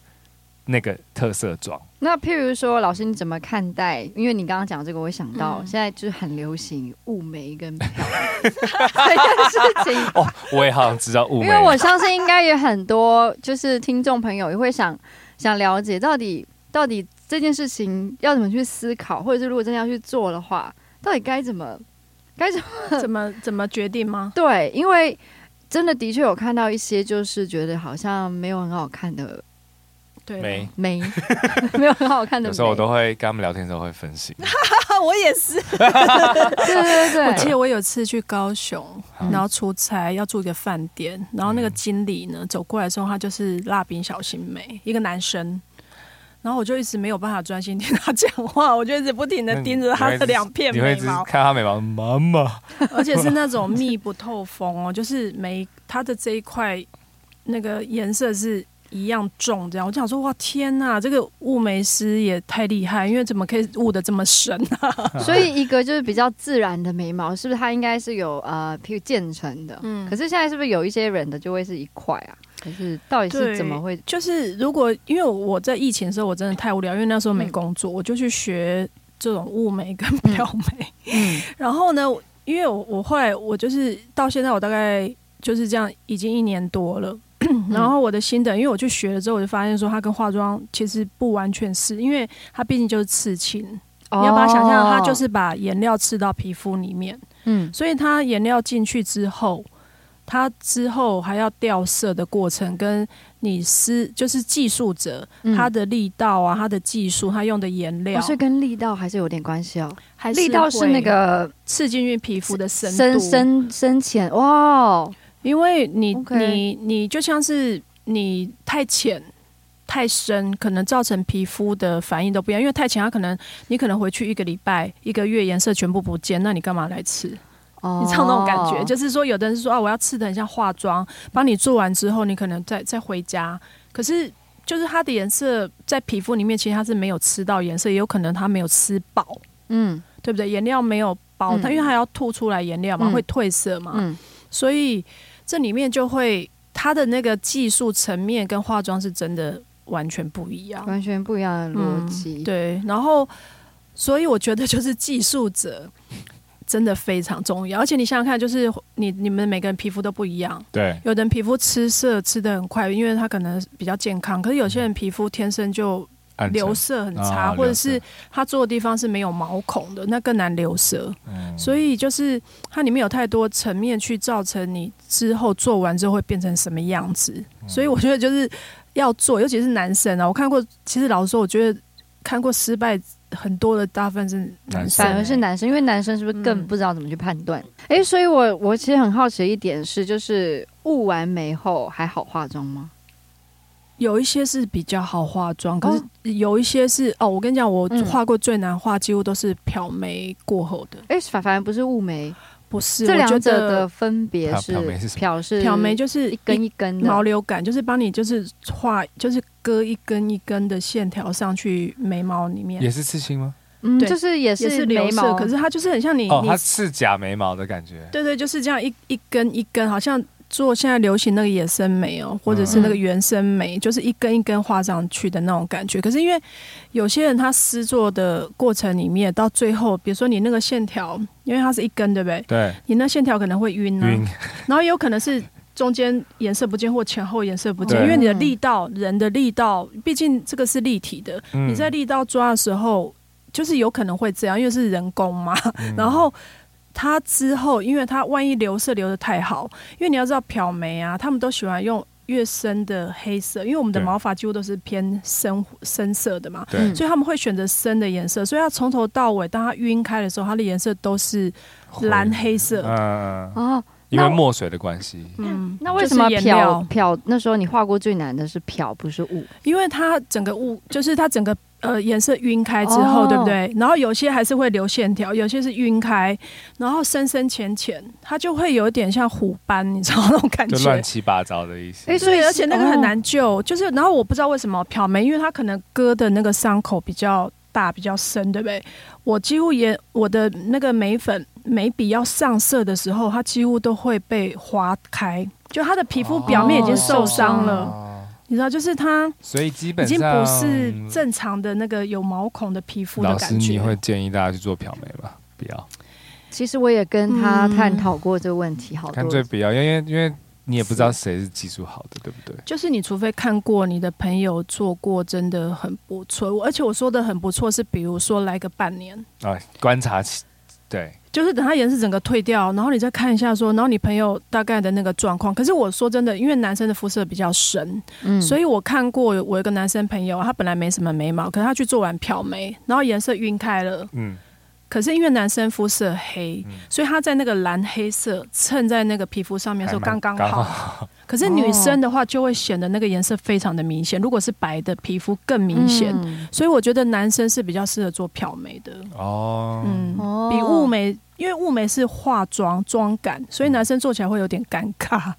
A: 那个特色妆。
B: 那譬如说，老师你怎么看待？因为你刚刚讲这个，我想到、
E: 嗯
B: 现在就是很流行雾眉跟漂这件事情。
A: 哦，我也好想知道雾眉
B: 因为我相信应该也很多，就是听众朋友也会想想了解到底到底这件事情要怎么去思考，或者是如果真的要去做的话，到底该怎么该怎么
D: 怎么怎么决定吗？
B: 对？因为真的的确有看到一些，就是觉得好像没有很好看的
D: 对，
A: 眉，
B: 眉， 没有很好看的
A: 有
B: 眉
A: 时，候我都会跟他们聊天的时候会分 析。
D: 我也是。
B: 对对对，
D: 我 记得我有一次去高雄，
A: 哎嗯
D: 然后出差要住一个饭店，然后那个经理呢走过来的时候，他就是蜡笔小新美，一个男生。然后我就一直没有办法专心听他讲话，我就一直不停的
A: 那你
D: 盯着他
A: 你会一
D: 的
A: 直
D: 两片
A: 你会
D: 眉
A: 一直
D: 毛，
A: 看他眉毛，妈妈，
D: 而且是那种密不透风哦，就是每它的这一块那个颜色是一样重，这样我就想说，哇天呐，这个雾眉师也太厉害，因为怎么可以雾的这么深啊？
B: 所以一个就是比较自然的眉毛，是不是它应该是有呃，譬如渐层的？
D: 嗯
B: 可是现在是不是有一些人的就会是一块啊？可是到底是
D: 对
B: 怎么会？
D: 就是如果因为我在疫情的时候我真的太无聊，因为那时候没工作，我就去学这种雾眉跟漂眉。
B: 嗯，
D: 然后呢，因为我我后来我就是到现在我大概就是这样已经一年多了。然后我的心得，因为我去学了之后，我就发现说它跟化妆其实不完全是，因为它毕竟就是刺青，
B: 哦
D: 你要把它想象，它就是把颜料刺到皮肤里面。
B: 嗯
D: 所以它颜料进去之后，它之后还要掉色的过程，跟你是就是技术者
B: 嗯
D: 他的力道啊，他的技术，他用的颜料
B: 哦，所以跟力道还是有点关系哦。
D: 还
B: 力道是
D: 会
B: 那个
D: 刺进去皮肤的深度，
B: 深深深浅哇哦，
D: 因为你
B: OK
D: 你你就像是你太浅。太深可能造成皮肤的反应都不一样，因为太浅，它可能你可能回去一个礼拜、一个月颜色全部不见，那你干嘛来吃？你
B: 你
D: 知道那种感
B: 哦
D: 觉，就是说，有的人是说啊，我要吃的很像化妆，帮你做完之后，你可能再再回家。可是就是它的颜色在皮肤里面，其实它是没有吃到颜色，也有可能它没有吃饱，
B: 嗯
D: 对不对？颜料没有包
B: 嗯
D: 它，因为它要吐出来颜料嘛，
B: 嗯
D: 会褪色嘛，
B: 嗯
D: 所以这里面就会它的那个技术层面跟化妆是真的完全不一样。
B: 完全不一样的逻辑。
D: 嗯。对，然后所以我觉得就是技术者真的非常重要，而且你想想看，就是你你们每个人皮肤都不一样，
A: 对，
D: 有的人皮肤吃色吃的很快，因为他可能比较健康，可是有些人皮肤天生就
A: 暗沉
D: 留色很
A: 啊
D: 差，
A: 留
D: 或者
A: 色
D: 是他做的地方是没有毛孔的，那更难留色。
A: 嗯
D: 所以就是它里面有太多层面去造成你之后做完之后会变成什么样子。
A: 嗯
D: 所以我觉得就是要做，尤其是男生啊，我看过，其实老实说，我觉得看过失败很多的大部分是男
A: 男
D: 生
A: 生
B: 反而是男生，因为男生是不是
D: 嗯
B: 更不知道怎么去判断？哎、所以我我其实很好奇的一点是，就是雾完眉后还好化妆吗？
D: 有一些是比较好化妆，可是有一些是哦，我跟你讲，我
B: 哦嗯
D: 画过最难画，几乎都是漂眉过后的，
B: 哎、反反而不是雾眉，
D: 不是
B: 这
D: 我觉
B: 两者
D: 得
B: 的分别
A: 漂
B: 是
A: 漂眉是什么
B: 漂是
D: 漂眉就是
B: 一根一根的
D: 毛流感，就是帮你就是画，就是割一根一根的线条上去眉毛里面
A: 也。是刺青吗？
B: 嗯，
D: 对
B: 就是也
D: 也是
B: 眉
D: 流
B: 毛，
D: 色，可是它就是很像你，
A: 哦，
D: 你
A: 它是假眉毛的感觉，
D: 对对，就是这样一一根一根，好像做现在流行那个野生眉哦，或者是那个原生眉，就是一根一根画上去的那种感觉。可是因为有些人他施作的过程里面，到最后，比如说你那个线条，因为它是一根，对不对？
A: 对，
D: 你那线条可能会晕啊，
A: 晕，
D: 然后也有可能是中间颜色不见或前后颜色不见，
A: 对
D: 因为你的力道，人的力道，毕竟这个是立体的，
A: 嗯
D: 你在力道抓的时候，就是有可能会这样，因为是人工嘛。
A: 嗯
D: 然后它之后，因为它万一留色留的太好，因为你要知道漂眉啊，他们都喜欢用越深的黑色，因为我们的
A: 对
D: 毛发几乎都是偏深深色的嘛，
A: 对
B: 嗯
D: 所以他们会选择深的颜色。所以它从头到尾，当它晕开的时候，它的颜色都是蓝黑色。
A: 嗯，嗯
B: 哦，
A: 因为
B: 那
A: 墨水的关系，
D: 嗯，
B: 那为什么
D: 就是颜
B: 漂
D: 料？
B: 漂那时候你画过最难的是漂，不是雾？
D: 因为它整个雾，就是它整个呃颜色晕开之后，
B: 哦
D: 对不对？然后有些还是会留线条，有些是晕开，然后深深浅浅，它就会有点像虎斑，你知道那种哎感
A: 就乱
D: 觉。
A: 七八糟的意思
B: 诶。所以
D: 对，
B: 是
D: 而且那个很难救，就是然后我不知道为什么漂眉，因为它可能割的那个伤口比较大、比较深，对不对？我几乎也我的那个眉粉眉笔要上色的时候，它几乎都会被划开，就它的皮肤表面已经受伤了，
A: 哦
D: 你知道，就是它
A: 所以基
D: 已
A: 本
D: 经
A: 上
D: 不是正常的那个有毛孔的皮肤的
A: 老师，
D: 感
A: 你
D: 觉。
A: 会建议大家去做漂眉吗？不要，
B: 其实我也跟他
D: 嗯
B: 探讨过这个问题，好多
A: 看最不要，因为因为你也不知道谁是技术好的，对不对？
D: 就是你除非看过你的朋友做过，真的很不错。我而且我说的很不错是，比如说来个半年，
A: 啊，观察期，对，
D: 就是等它颜色整个退掉，然后你再看一下说，然后你朋友大概的那个状况。可是我说真的，因为男生的肤色比较深，
B: 嗯
D: 所以我看过我一个男生朋友，他本来没什么眉毛，可是他去做完漂眉，然后颜色晕开了。
A: 嗯，
D: 可是因为男生肤色黑，所以他在那个蓝黑色衬在那个皮肤上面的时候
A: 还蛮
D: 刚刚
A: 刚
D: 好。
A: 好，
D: 可是女生的话就会显得那个颜色非常的明显，如果是白的皮肤更明显。
B: 嗯
D: 所以我觉得男生是比较适合做漂眉的。
A: 哦，
D: 嗯，
B: 哦
D: 比雾眉，因为雾眉是化妆妆感，所以男生做起来会有点尴尬，
B: 哦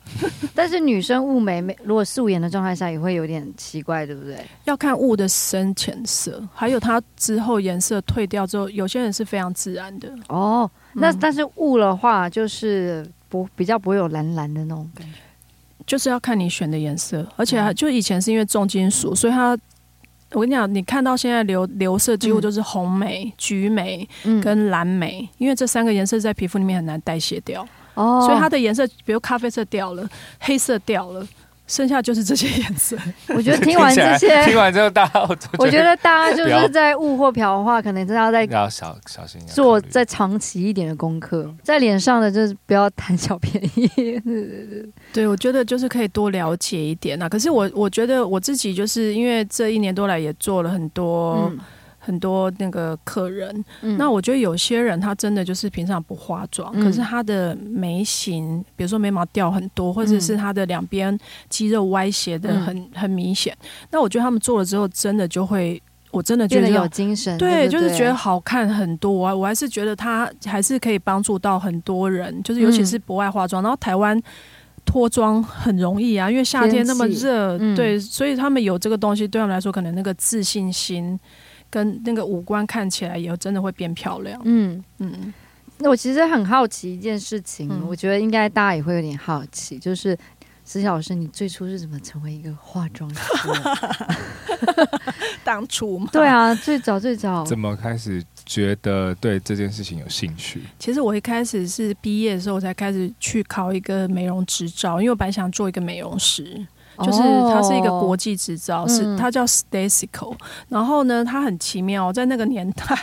B: 但是女生雾眉没，如果素颜的状态下也会有点奇怪，对不对？
D: 要看雾的深浅色，还有它之后颜色退掉之后，有些人是非常自然的。
B: 哦，那、
D: 嗯
B: 但是雾的话，就是不比较不会有蓝蓝的那种感觉。
D: 就是要看你选的颜色，而且还就以前是因为重金属，所以它。我跟你讲，你看到现在流流色几乎都是红梅、橘梅
B: 嗯
D: 跟蓝梅，因为这三个颜色在皮肤里面很难代谢掉，
B: 哦，
D: 所以它的颜色，比如咖啡色掉了，黑色掉了，剩下就是这些颜色。
B: 我觉得听完这
A: 听起来听
B: 些，
A: 完之后，大家我
B: 我觉得大家就
A: 不要
B: 是在雾或漂的话，可能真的要再
A: 要小小心一点，
B: 做再长期一点的功课，
A: 嗯
B: 在脸上的就是不要贪小便 宜。
D: 对，我觉得就是可以多了解一点啊。可是我我觉得我自己就是因为这一年多来也做了很多、
B: 嗯
D: 很多那个客人，
B: 嗯
D: 那我觉得有些人他真的就是平常不化妆，
B: 嗯
D: 可是他的眉形，比如说眉毛掉很多，或者是他的两边肌肉歪斜的
B: 嗯
D: 很、很明显，那我觉得他们做了之后，真的就会，我真的觉
B: 变
D: 得
B: 得有精神，对
D: 对，
B: 不对，
D: 就是觉得好看很多啊！我还是觉得它还是可以帮助到很多人，就是尤其
B: 嗯
D: 是不爱化妆，然后台湾脱妆很容易啊，因为夏天那么
B: 天
D: 热，
B: 气嗯
D: 对，所以他们有这个东西，对他们来说，可能那个自信心跟那个五官看起来也真的会变漂亮。
B: 嗯。
D: 嗯，
B: 那我其实很好奇一件事情，
D: 嗯
B: 我觉得应该大家也会有点好奇，就是石老师，你最初是怎么成为一个化妆师 的？
D: 当初嘛，
B: 对。啊，最早最早，
A: 怎么开始觉得对这件事情有兴趣？
D: 其实我一开始是毕业的时候，我才开始去考一个美容执照，因为我本来想做一个美容师。就是它是一个国
B: 际
D: 际执照，
B: 哦嗯
D: 是它叫 Stasico。然后呢，它很奇妙，哦在那个年代，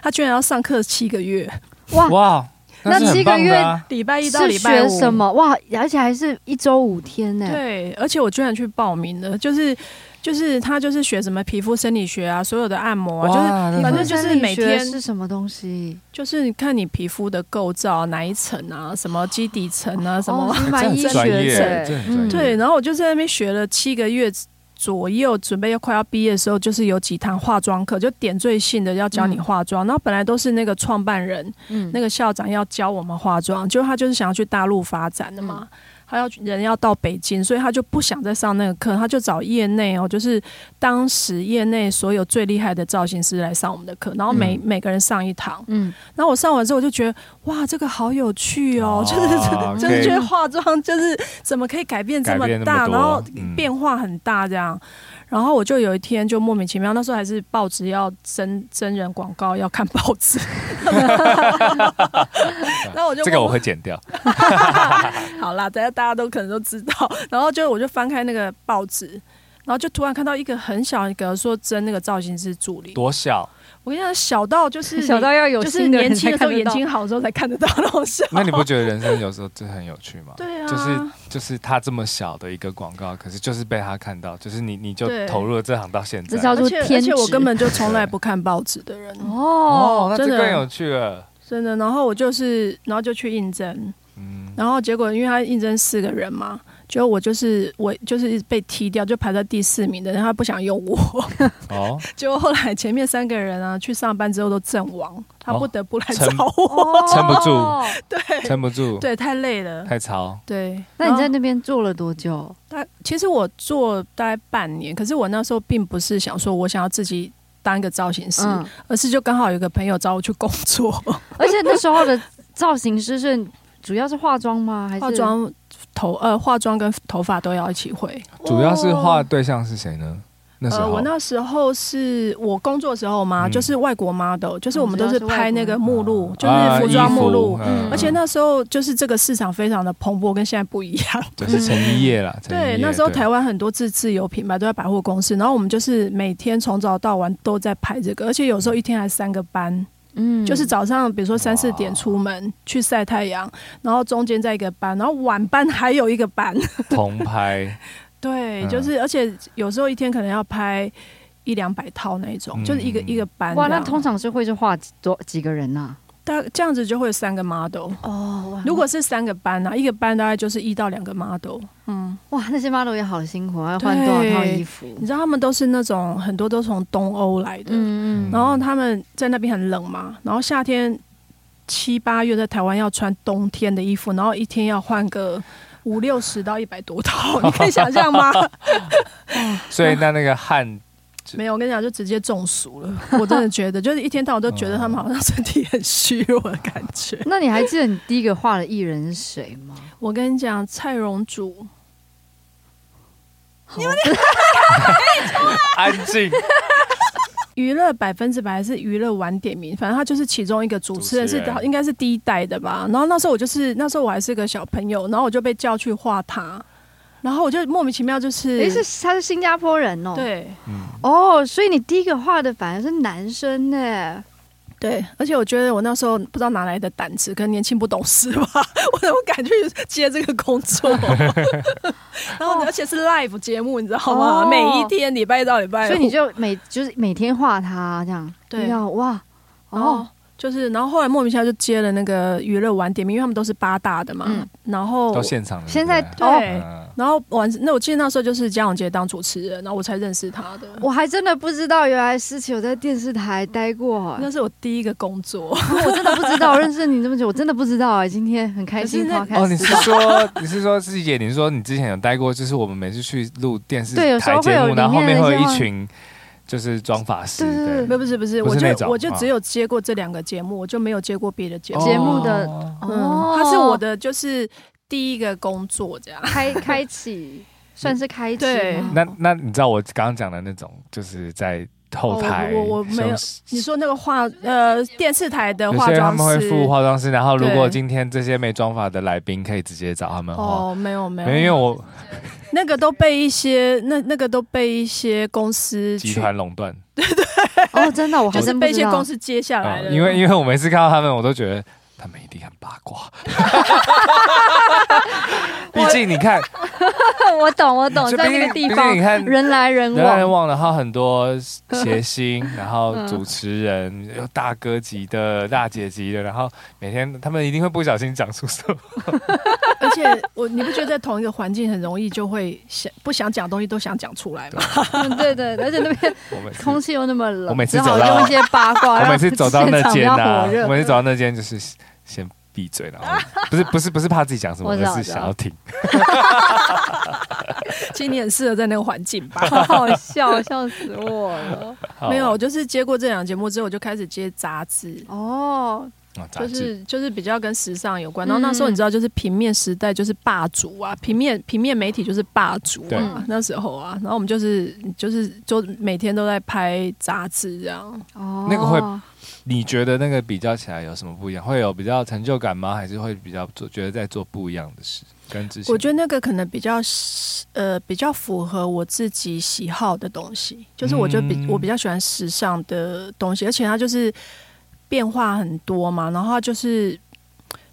D: 它居然要上课七个月，
B: 哇
A: 哇，
B: 那
A: 是很
B: 七个
A: 棒的啊
D: 礼拜一到
B: 是
D: 礼拜
B: 学
D: 五。
B: 什？么哇？而且还是一周五天呢、
D: 对，而且我居然去报名了，就是就是他就是学什么皮肤生理学啊，所有的按摩啊，
A: 哇
D: 就是
A: 那
D: 反正就是每
B: 生
D: 天
B: 理学是什么东西？
D: 就是看你皮肤的构造，哪一层啊，什么基底层啊，什么、
B: 哦、你买
A: 这很
B: 医
A: 专业
B: 学的
A: 这很
B: 嗯
A: 专业
D: 对，然后我就在那边学了七个月左右，准备要快要毕业的时候，就是有几堂化妆课，就点缀性的要教你化妆。然后本来都是那个创办人、
B: 嗯
D: 那个校长要教我们化妆，结果他就是想要去大陆发展的嘛。
B: 嗯
D: 他要人要到北京，所以他就不想再上那个课，他就找业内哦，就是当时业内所有最厉害的造型师来上我们的课，然后每、每个人上一堂，
B: 嗯，
D: 然后我上完之后，我就觉得哇，这个好有趣哦，
A: 哦
D: 就是就是
A: 可以
D: 觉得化妆就是怎么可以改变这么
A: 改变那
D: 大，
A: 么多
D: 然后
A: 嗯
D: 变化很大这样。然后我就有一天就莫名其妙，那时候还是报纸要真真人广告要看报 纸，然后我就
A: 这个
D: 问
A: 我会剪掉，
D: 好啦，等下大家都可能都知道。然后就我就翻开那个报纸，然后就突然看到一个很小一个说真那个造型师助理，
A: 多小？
D: 我跟你讲小 到就是
B: 小到要有
D: 就是
B: 心的
D: 年
B: 人
D: 轻
B: 才
D: 的时
B: 看
D: 候
B: 得
D: 眼
B: 到。
D: 睛好的时候才看得到那种笑。
A: 那你不觉得人生有时候这很有趣吗？
D: 对啊，
A: 就是就是他这么小的一个广告，可是就是被他看到，就是你你就
D: 对
A: 投入了这行到现在
B: 这。叫做
D: 而且
B: 偏
D: 而且我
B: 执
D: 根本就从来不看报纸的人，
B: 哦，
A: 那这
D: 真的
A: 更有趣了。
D: 真的。然后我就是，然后就去应征，
A: 嗯，
D: 然后结果因为他应征四个人嘛，结果我就是我就是被踢掉，就排在第四名的，然后他不想用我，
A: 哦，
D: 结果后来前面三个人啊去上班之后都阵亡，他
A: 哦
D: 不得不来
A: 撑
D: 找我，
B: 哦
A: 撑不住
D: 对
A: 撑不住，
D: 对，太累了，
A: 太潮。
D: 对。
B: 那你在
D: 然后
B: 那边做了多久？
D: 大其实我做大概半年，可是我那时候并不是想说我想要自己当一个造型师，
B: 嗯，
D: 而是就刚好有个朋友找我去工作，
B: 而且那时候的造型师是主要是化妆吗？还是
D: 化？妆头呃化妆跟头发都要一起会。
A: 主要是画对象是谁呢？那时
D: 哦呃，
A: 候
D: 我那时候是我工作的时候嘛，
A: 嗯
D: 就是外国 model，就是我们都是拍那个目录，就
A: 啊
D: 是服装目
A: 衣
D: 录
A: 服。
B: 嗯
A: 嗯
D: 而且那时候就是这个市场非常的蓬勃，跟现在不一样。
A: 就是成衣业啦，成衣
D: 对
A: 业，
D: 那时候台湾很多自自有品牌都在百货公司，然后我们就是每天从早到晚都在拍这个，而且有
A: 嗯
D: 时候一天还三个班，
B: 嗯
D: 就是早上比如说三四
A: 哇
D: 点出门去晒太阳，然后中间在一个班，然后晚班还有一个班。
A: 同拍，
D: 对，
A: 嗯
D: 就是而且有时候一天可能要拍一两百套那一种，
A: 嗯
D: 就是一个一个班这
B: 哇，
D: 样。
B: 那通常是会是画几多几个人啊呐？
D: 大这样子就会有三个 model。
B: 哦，
D: 如果是三个班啊，一个班大概就是一到两个 model。
B: 嗯，哇，那些 model 也好辛苦啊，要换多少套衣服？
D: 你知道他们都是那种很多都从东欧来的，
B: 嗯嗯
D: 然后他们在那边很冷嘛，然后夏天七八月在台湾要穿冬天的衣服，然后一天要换个。五六十到一百多套，你可以想象吗？
A: 所以那那个汗
D: 没有，我跟你讲，就直接中暑了。 我真的觉得，就是一天到晚都觉得他
A: 哦
D: 们好像身体很虚弱的感觉。
B: 那你还记得你第一个画的艺人是谁吗？
D: 我跟你讲，蔡荣祖，
B: 你们
A: 安 静，
D: 娱乐百分之百还是娱乐晚点名，反正他就是其中一个主持人
A: 主
D: 是
A: 持人
D: 应该是第一代的吧。然后那时候我就是那时候我还是个小朋友，然后我就被叫去画他，然后我就莫名其妙就是，
B: 诶，是他是新加坡人哦。
D: 对
A: 嗯，
B: 哦，所以你第一个画的反而是男生呢、
D: 对，而且我觉得我那时候不知道哪来的胆子，可能年轻不懂事吧，我怎么敢去接这个工 作？然后而且是 live 节目，你知道吗？
B: 哦
D: 每一天礼拜一到礼拜五，
B: 所以你就每就是每天画他这样。
D: 哎对
B: 要哇
D: 然后
B: 哦，
D: 就是，然后后来莫名其妙就接了那个娱乐晚点名，因为他们都是八大的嘛。
B: 嗯
D: 然后
A: 到现场了，
B: 现在哦
A: 对不
D: 对，
A: 对啊
D: 然后完，那我记得那时候就是江永杰当主持人，然后我才认识他的。
B: 我还真的不知道，原来思琪有在电视台待过、
D: 那是我第一个工作，
B: 我真的不知道，我认识你这么久，我真的不知道哎、今天很开心
D: 可是那
B: 抛
A: 嗯
B: 开
A: 哦，你是说 你是说师姐，你是说你之前有待过，就是我们每次去录电视
B: 对有时
A: 台
B: 候会
A: 节
B: 有
A: 目，
B: 里
A: 然后后
B: 面
A: 面
B: 的
A: 会
B: 一
A: 有
B: 些
A: 一
B: 话
A: 群就是妆法师，
B: 对对对
D: 不是不是不是，
A: 不
D: 我
A: 是那
D: 就
A: 种
D: 我就
A: 啊
D: 只有接过这两个节目，我就没有接过别的节目。
B: 节目的
A: 哦
D: 嗯，他是我的就是第一个工作这样。
B: 开开启，算是开启
D: 对
B: 吗。
A: 那那你知道我刚刚讲的那种，就是在后台，
D: 哦我我没有
A: 休息
D: 你说那个化呃电视台的
A: 有
D: 化
A: 些他
D: 妆
A: 们会
D: 师
A: 付化妆师，然后如
D: 对
A: 果今天这些没妆法的来宾，可以直接找他们化。
D: 哦，没有没有，
A: 没有，因为我
D: 那个都被一些那那个都被一些公司
A: 集
D: 去，
A: 团垄断，
B: 哦，真的，我还
D: 就是
B: 真不
D: 被一
B: 知
D: 些
B: 道
D: 公。司接下来
A: 嗯
D: 了。
A: 因为因为我每次看到他们，我都觉得他们一定很八 卦。毕竟你看，
B: 我懂，我懂，
A: 就
B: 在
A: 毕
B: 那
A: 竟
B: 个地
A: 毕
B: 方
A: 竟你看
B: 人来人
A: 人来人
B: 往，
A: 往，然后很多谐星，然后主持人
D: 嗯
A: 有大哥级的、大姐级的，然后每天他们一定会不小心讲出什么。
D: 而且我你不觉得在同一个环境很容易就会想不想讲的东西都想讲出来吗？
B: 嗯对对，而且那 边
A: 我每次
B: 空气又那么冷，
A: 我每次
B: 只好
A: 走到
B: 用一些八卦，
A: 我
B: 让
A: 每次走到那间
B: 现场
A: 呐、
B: 比较火热
A: 我每次走到那间就是先闭嘴，然 后不是不是不是怕自己讲什么，
B: 我知道
A: 而是想要听。
D: 其实你很适合在那个环境吧。
B: 好好笑，笑死我了。
A: 好
D: 没有，我就是接过这两个节目之后，我就开始接杂志，
B: 哦，
A: 哦杂
D: 就
A: 志，
D: 是就是比较跟时尚有关。
B: 嗯
D: 然后那时候你知道，就是平面时代就是霸主啊，平面平面媒体就是霸主
A: 对
D: 啊，那时候啊，然后我们就是就是就每天都在拍杂志这样。
B: 哦，
A: 那个会你觉得那个比较起来有什么不一样？会有比较成就感吗？还是会比较做觉得在做不一样的事？跟之前
D: 我觉得那个可能比较是呃比较符合我自己喜好的东西，就是我就比、
A: 嗯
D: 我比较喜欢时尚的东西，而且它就是变化很多嘛，然后它就是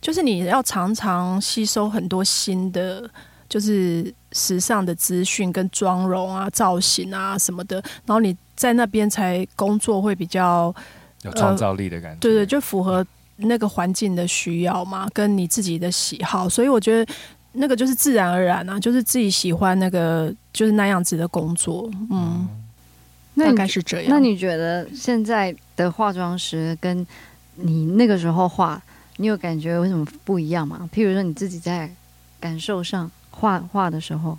D: 就是你要常常吸收很多新的。就是时尚的资讯、跟妆容啊、造型啊什么的，然后你在那边才工作会比较
A: 有创造力的感觉，
D: 呃对对，就符合那个环境的需要嘛，跟你自己的喜好，所以我觉得那个就是自然而然啊，就是自己喜欢那个就是那样子的工作，嗯，
B: 那
D: 大
B: 你
D: 概是这样。
B: 那你觉得现在的化妆师跟你那个时候画，你有感觉有什么不一样吗？譬如说你自己在感受上画画的时候，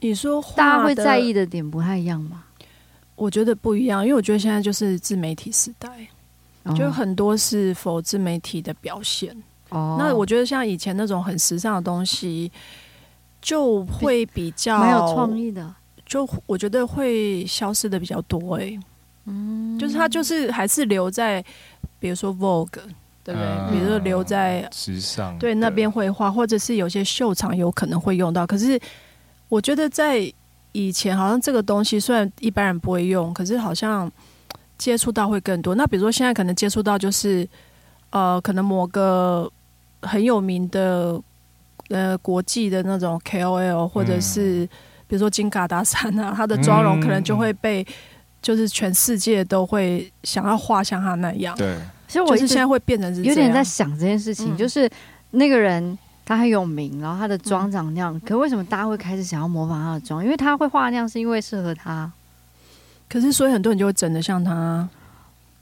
D: 你说画
B: 大家会
D: 的
B: 在意，的点不太一样吗？
D: 我觉得不一样，因为我觉得现在就是自媒体时代，
B: 嗯
D: 就很多是否自媒体的表现。
B: 哦
D: 那我觉得像以前那种很时尚的东西，就会比较
B: 蛮有创，意的，
D: 就我觉得会消失的比较多、欸。嗯，就是它就是还是留在，比如说 Vogue，对不对？
A: 嗯
D: 比如说留在
A: 时尚
D: 对那边绘画，或者是有些秀场有可能会用到。可是我觉得在以前，好像这个东西虽然一般人不会用，可是好像接触到会更多。那比如说现在可能接触到就是呃，可能某个很有名的呃国际的那种 KOL，或者是比如说金嘎达山啊，他的妆容可能就会被。就是全世界都会想要画像他那样，
A: 对
B: 其实我
D: 就
B: 一
D: 是
B: 直
D: 现在会变成是
B: 有点
D: 这
B: 在
D: 样
B: 想这件事情，
D: 嗯
B: 就是那个人他很有名，然后他的妆长
D: 嗯
B: 那样，可为什么大家会开始想要模仿他的妆？因为他会画那样，是因为适合他。
D: 可是所以很多人就会整的像他啊、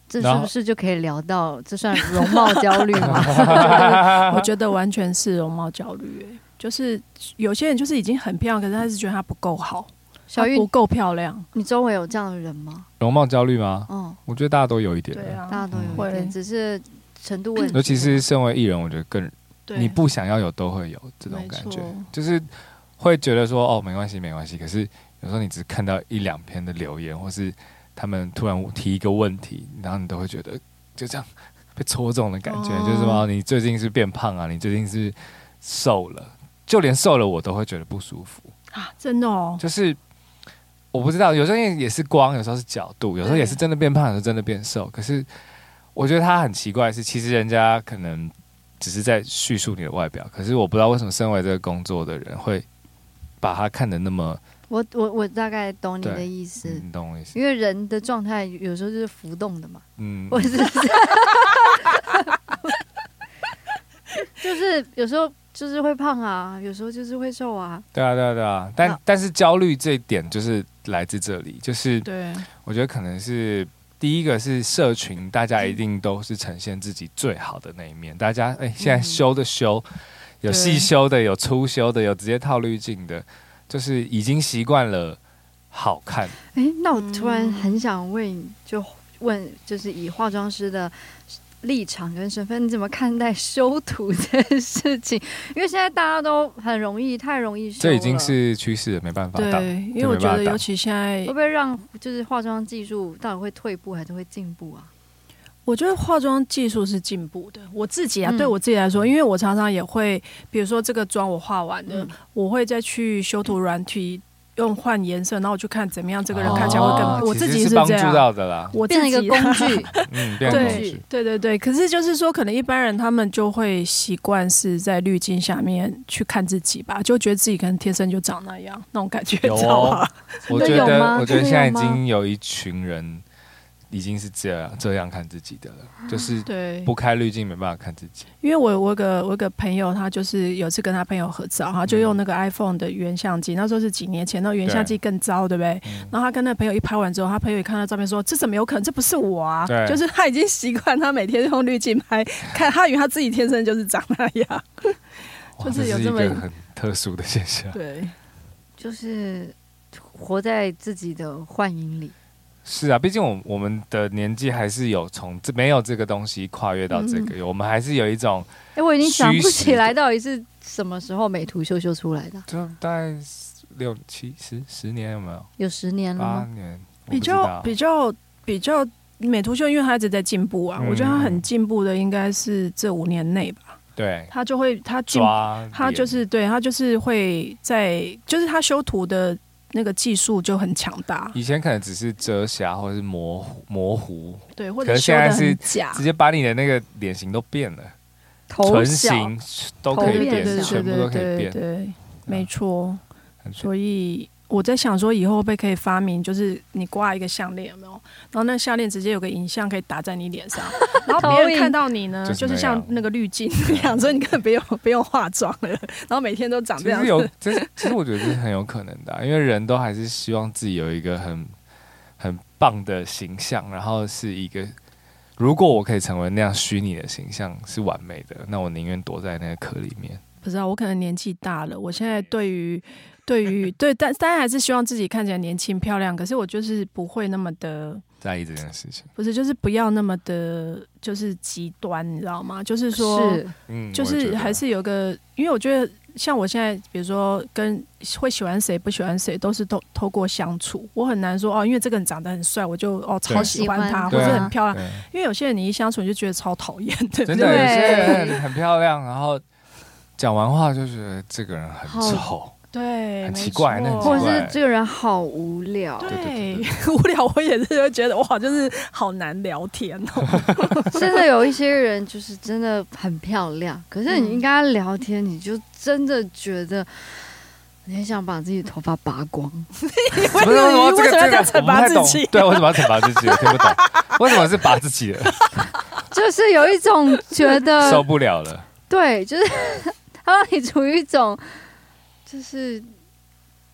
B: 这
A: 然
B: 是
A: 后
B: 不是就可以聊到？这算 容貌焦虑吗？
A: 啊
D: 我觉得完全是容貌焦虑、欸，就是有些人就是已经很漂亮，可是他是觉得她不够好，
B: 小
D: 她
B: 玉
D: 不，够漂亮，
B: 你周围有这样的人吗？
A: 容貌焦虑吗？
B: 嗯，
A: 我觉得大家都有一点，
D: 对，
B: 大家
D: 啊，
B: 都有一点，
D: 会
B: 只是程度问题。
A: 尤其是身为艺人，我觉得更
D: 对，
A: 你不想要有都会有这种感觉
D: 没错，
A: 就是会觉得说哦没关系没关系，可是有时候你只看到一两篇的留言，或是他们突然提一个问题，然后你都会觉得就这样被戳中的感觉，
D: 哦
A: 就是什么你最近是变胖啊，你最近是瘦了，就连瘦了我都会觉得不舒服，
D: 啊，真的哦，
A: 就是。我不知道，有时候因为也是光，有时候是角度，有时候也是真的变胖，有时候真的变瘦。可是我觉得他很奇怪的是，其实人家可能只是在叙述你的外表，可是我不知道为什么身为这个工作的人会把它看得那么，
B: 我我我大概懂你的
A: 对嗯
B: 意思，
A: 你懂我意思？
B: 因为人的状态有时候就是浮动的嘛。
A: 嗯，
B: 我是，就是有时候就是会胖啊，有时候就是会瘦啊。
A: 对啊，对啊，对啊。但
B: 那
A: 但是焦虑这一点就是来自这里，就是
D: 对，
A: 我觉得可能是第一个是社群，大家一定都是呈现自己最好的那一面。大家哎、现在修的修，有细修的，有粗修的，有直接套滤镜的，就是已经习惯了好看。
B: 哎、那我突
D: 嗯
B: 然很想问你，就问就是以化妆师的立场跟身份，你怎么看待修图这件事情？因为现在大家都很容易，太容易修了，
A: 这已经是趋势了，没办法挡。
D: 对，因为我觉得尤其现在
B: 会不，会让就是化妆技术到底会退步还是会进步啊？
D: 我觉得化妆技术是进步的，我自己啊，
B: 嗯
D: 对我自己来说，因为我常常也会，比如说这个妆我画完了，
B: 嗯
D: 我会再去修图软体。用换颜色，然后我就看怎么样，这个人
A: 哦
D: 看起来会更。我
A: 其
D: 自
A: 实
D: 己
A: 是帮
D: 这
A: 助
D: 样，
A: 到的啦，
D: 我自
B: 变成一个
D: 己 啊
B: 工具，
A: 嗯，变成工
D: 对
A: 具。
D: 对对对，可是就是说，可能一般人他们就会习惯是在滤镜下面去看自己吧，就觉得自己可能天生就长那样那种感觉，
A: 有哦
D: 知道 吗？
A: 我
B: 真
A: 觉
B: 的有
A: 得
B: 吗，
A: 我觉得
B: 真的有
A: 现在已
B: 吗
A: 经有一群人已经是这样这样看自己的了，就是
D: 对
A: 不，开滤镜没办法看自己。
D: 因为我我有个我有个朋友，他就是有次跟他朋友合
A: 嗯
D: 照，他就用那个 iPhone 的原相机，那时候是几年前，那原相机更糟，对不对？
A: 嗯
D: 然后他跟那朋友一拍完之后，他朋友一看到照片说：“这怎么有可能？这不是我啊！”
A: 对
D: 就是他已经习惯他每天用滤镜拍，看他以为他自己天生就是长那样。
A: 哇
D: 就是
A: 这
D: 有
A: 是一
D: 这么
A: 个很特殊的现象。
D: 对，
B: 就是活在自己的幻影里。
A: 是啊，毕竟我我们的年纪还是有从这没有这个东西跨越
D: 嗯
A: 到这个，我们还是有一种，
B: 哎、我已经想不
A: 虚实
B: 起来
A: 的
B: 到底是什么时候美图秀秀出来的，
A: 就大概六七十十年有没有？
B: 有十年了
A: 八
B: 吗？
A: 年，我
D: 比
A: 不知
D: 较
A: 道
D: 嗯比较比较美图秀，因为它一直在进步啊，
A: 嗯
D: 我觉得它很进步的应该是这五年内吧，
A: 对
D: 它就会它进，
A: 抓脸，
D: 它就是对它就是会在，就是它修图的那个技术就很强大，
A: 以前可能只是遮瑕或者是模糊模糊，
D: 对，或
A: 可
D: 者
A: 是
D: 修
A: 现在
D: 的
A: 是
D: 很假
A: 直，接把你的那个脸型都变了，
B: 头
A: 唇
B: 小，
A: 形都可以
B: 头
A: 变
B: 变，小
A: 全部都可以变，
D: 对，
A: 对
D: 没
A: 啊
D: 错，
A: 很
D: 所以。我在想说，以后会不会可以发明，就是你挂一个项链，有没有？然后那个项链直接有个影像可以打在你脸 上，然后别人看到你呢，
A: 就是
D: 就是像
A: 那样
D: 那个滤镜那样，所以你根本不用不用化妆了，然后每天都长这
A: 其
D: 样
A: 实
D: 子。
A: 有，其实其实我觉得这是很有可能的啊、因为人都还是希望自己有一个很很棒的形象，然后是一个，如果我可以成为那样虚拟的形象是完美的，那我宁愿躲在那个壳里面。
D: 不知道，我可能年纪大了，我现在对于对于 对，但当然还是希望自己看起来年轻漂亮，可是我就是不会那么的，
A: 在意这件事情。
D: 不是就是不要那么的，就是极端，你知道吗？就是说，
B: 是
A: 嗯，
D: 就
A: 我也觉
D: 是
A: 得
D: 还是有个，因为我觉得像我现在，比如说跟会喜欢谁不喜欢谁，都是透透过相处。我很难说哦，因为这个人长得很帅，我就哦
A: 对
D: 超喜欢他，
B: 喜欢他
D: 或者很漂亮。
A: 对
D: 因为有些人你一相处你就觉得超讨厌的，
A: 真的
B: 对
A: 有些人很漂亮，然后讲完话就觉得这个人很 丑，
D: 对，
A: 很
D: 没
A: 奇怪那很
D: 错
A: 奇
B: 或者
A: 怪
B: 是这个人好无聊，
A: 对对对
D: 对，无聊我也是会觉得哇，就是好难聊天哦。
B: 真的有一些人就是真的很漂亮，可是你
D: 嗯
B: 跟他聊天，你就真的觉得你很想把自己头发拔 光。
A: 什么什么
D: 你
A: 这
D: 为
A: 个这个我
D: 什么要这样惩
A: 不
D: 罚
A: 太
D: 自
A: 懂
D: 己？，
A: 对，为什么要惩罚自己？我听不懂，为什么是拔自己 的？
B: 就是有一种觉
A: 受
D: 呃
B: 得，
A: 不了 了，
B: 对，就是 他让你处于一种，就是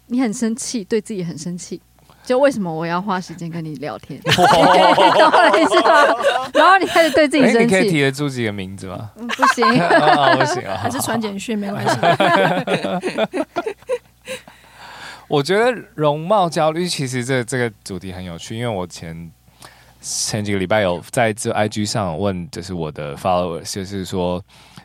B: 你很生气，对自己很生气。就为什么我要花时间跟你聊天？你懂我的意思吗？然后你开始对自己
A: 哎，你
B: 生
A: 可以提
B: 气，
A: 得出几个名字 吗？
B: 嗯不行。
A: 啊，不行啊，
D: 还是传简讯没关系。
A: 我觉得容貌焦虑其实这这个主题很有趣，因为我前前几个礼拜有在这 IG 上问，就是我的 followers，就是说，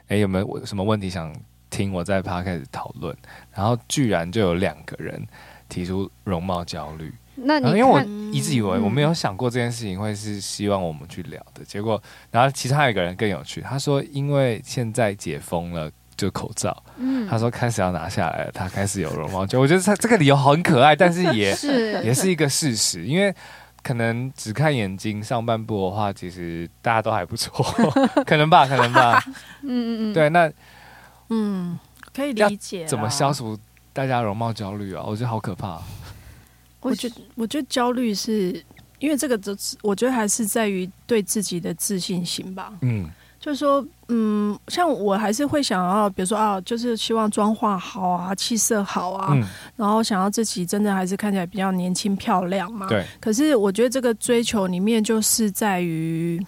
A: 哎，有没有什么问题想听我在 podcast 讨论？然后居然就有两个人提出容貌焦虑，
D: 嗯
B: 那
A: 然后
B: 你
A: 嗯因为我
B: 看，
A: 一直以为
B: 嗯
A: 我没有想过这件事情会是希望我们去聊的，结果，然后其实还有一个人更有趣，他说因为现在解封了，就口罩。
B: 嗯
A: 他，说开始要拿下来了，他开始有容貌焦 虑。我觉得他这个理由很可爱，但是 也 也
B: 嗯是
A: 是一个事实，因为可能只看眼睛上半部的话，其实大家都还不错，可能吧，可能吧。
B: 嗯嗯嗯，
A: 对，那
D: 嗯，可以理解。
A: 怎么消？除大家容貌焦虑啊？我觉得好可怕、
D: 我觉我觉得焦虑是因为这个，就是我觉得还是在于对自己的自信心吧。
A: 嗯，
D: 就是说，嗯，像我还是会想要，比如说啊，就是希望妆化好啊，气色好啊，
A: 嗯，
D: 然后想要自己真的还是看起来比较年轻漂亮嘛。。
A: 对，
D: 可是我觉得这个追求里面就是在于，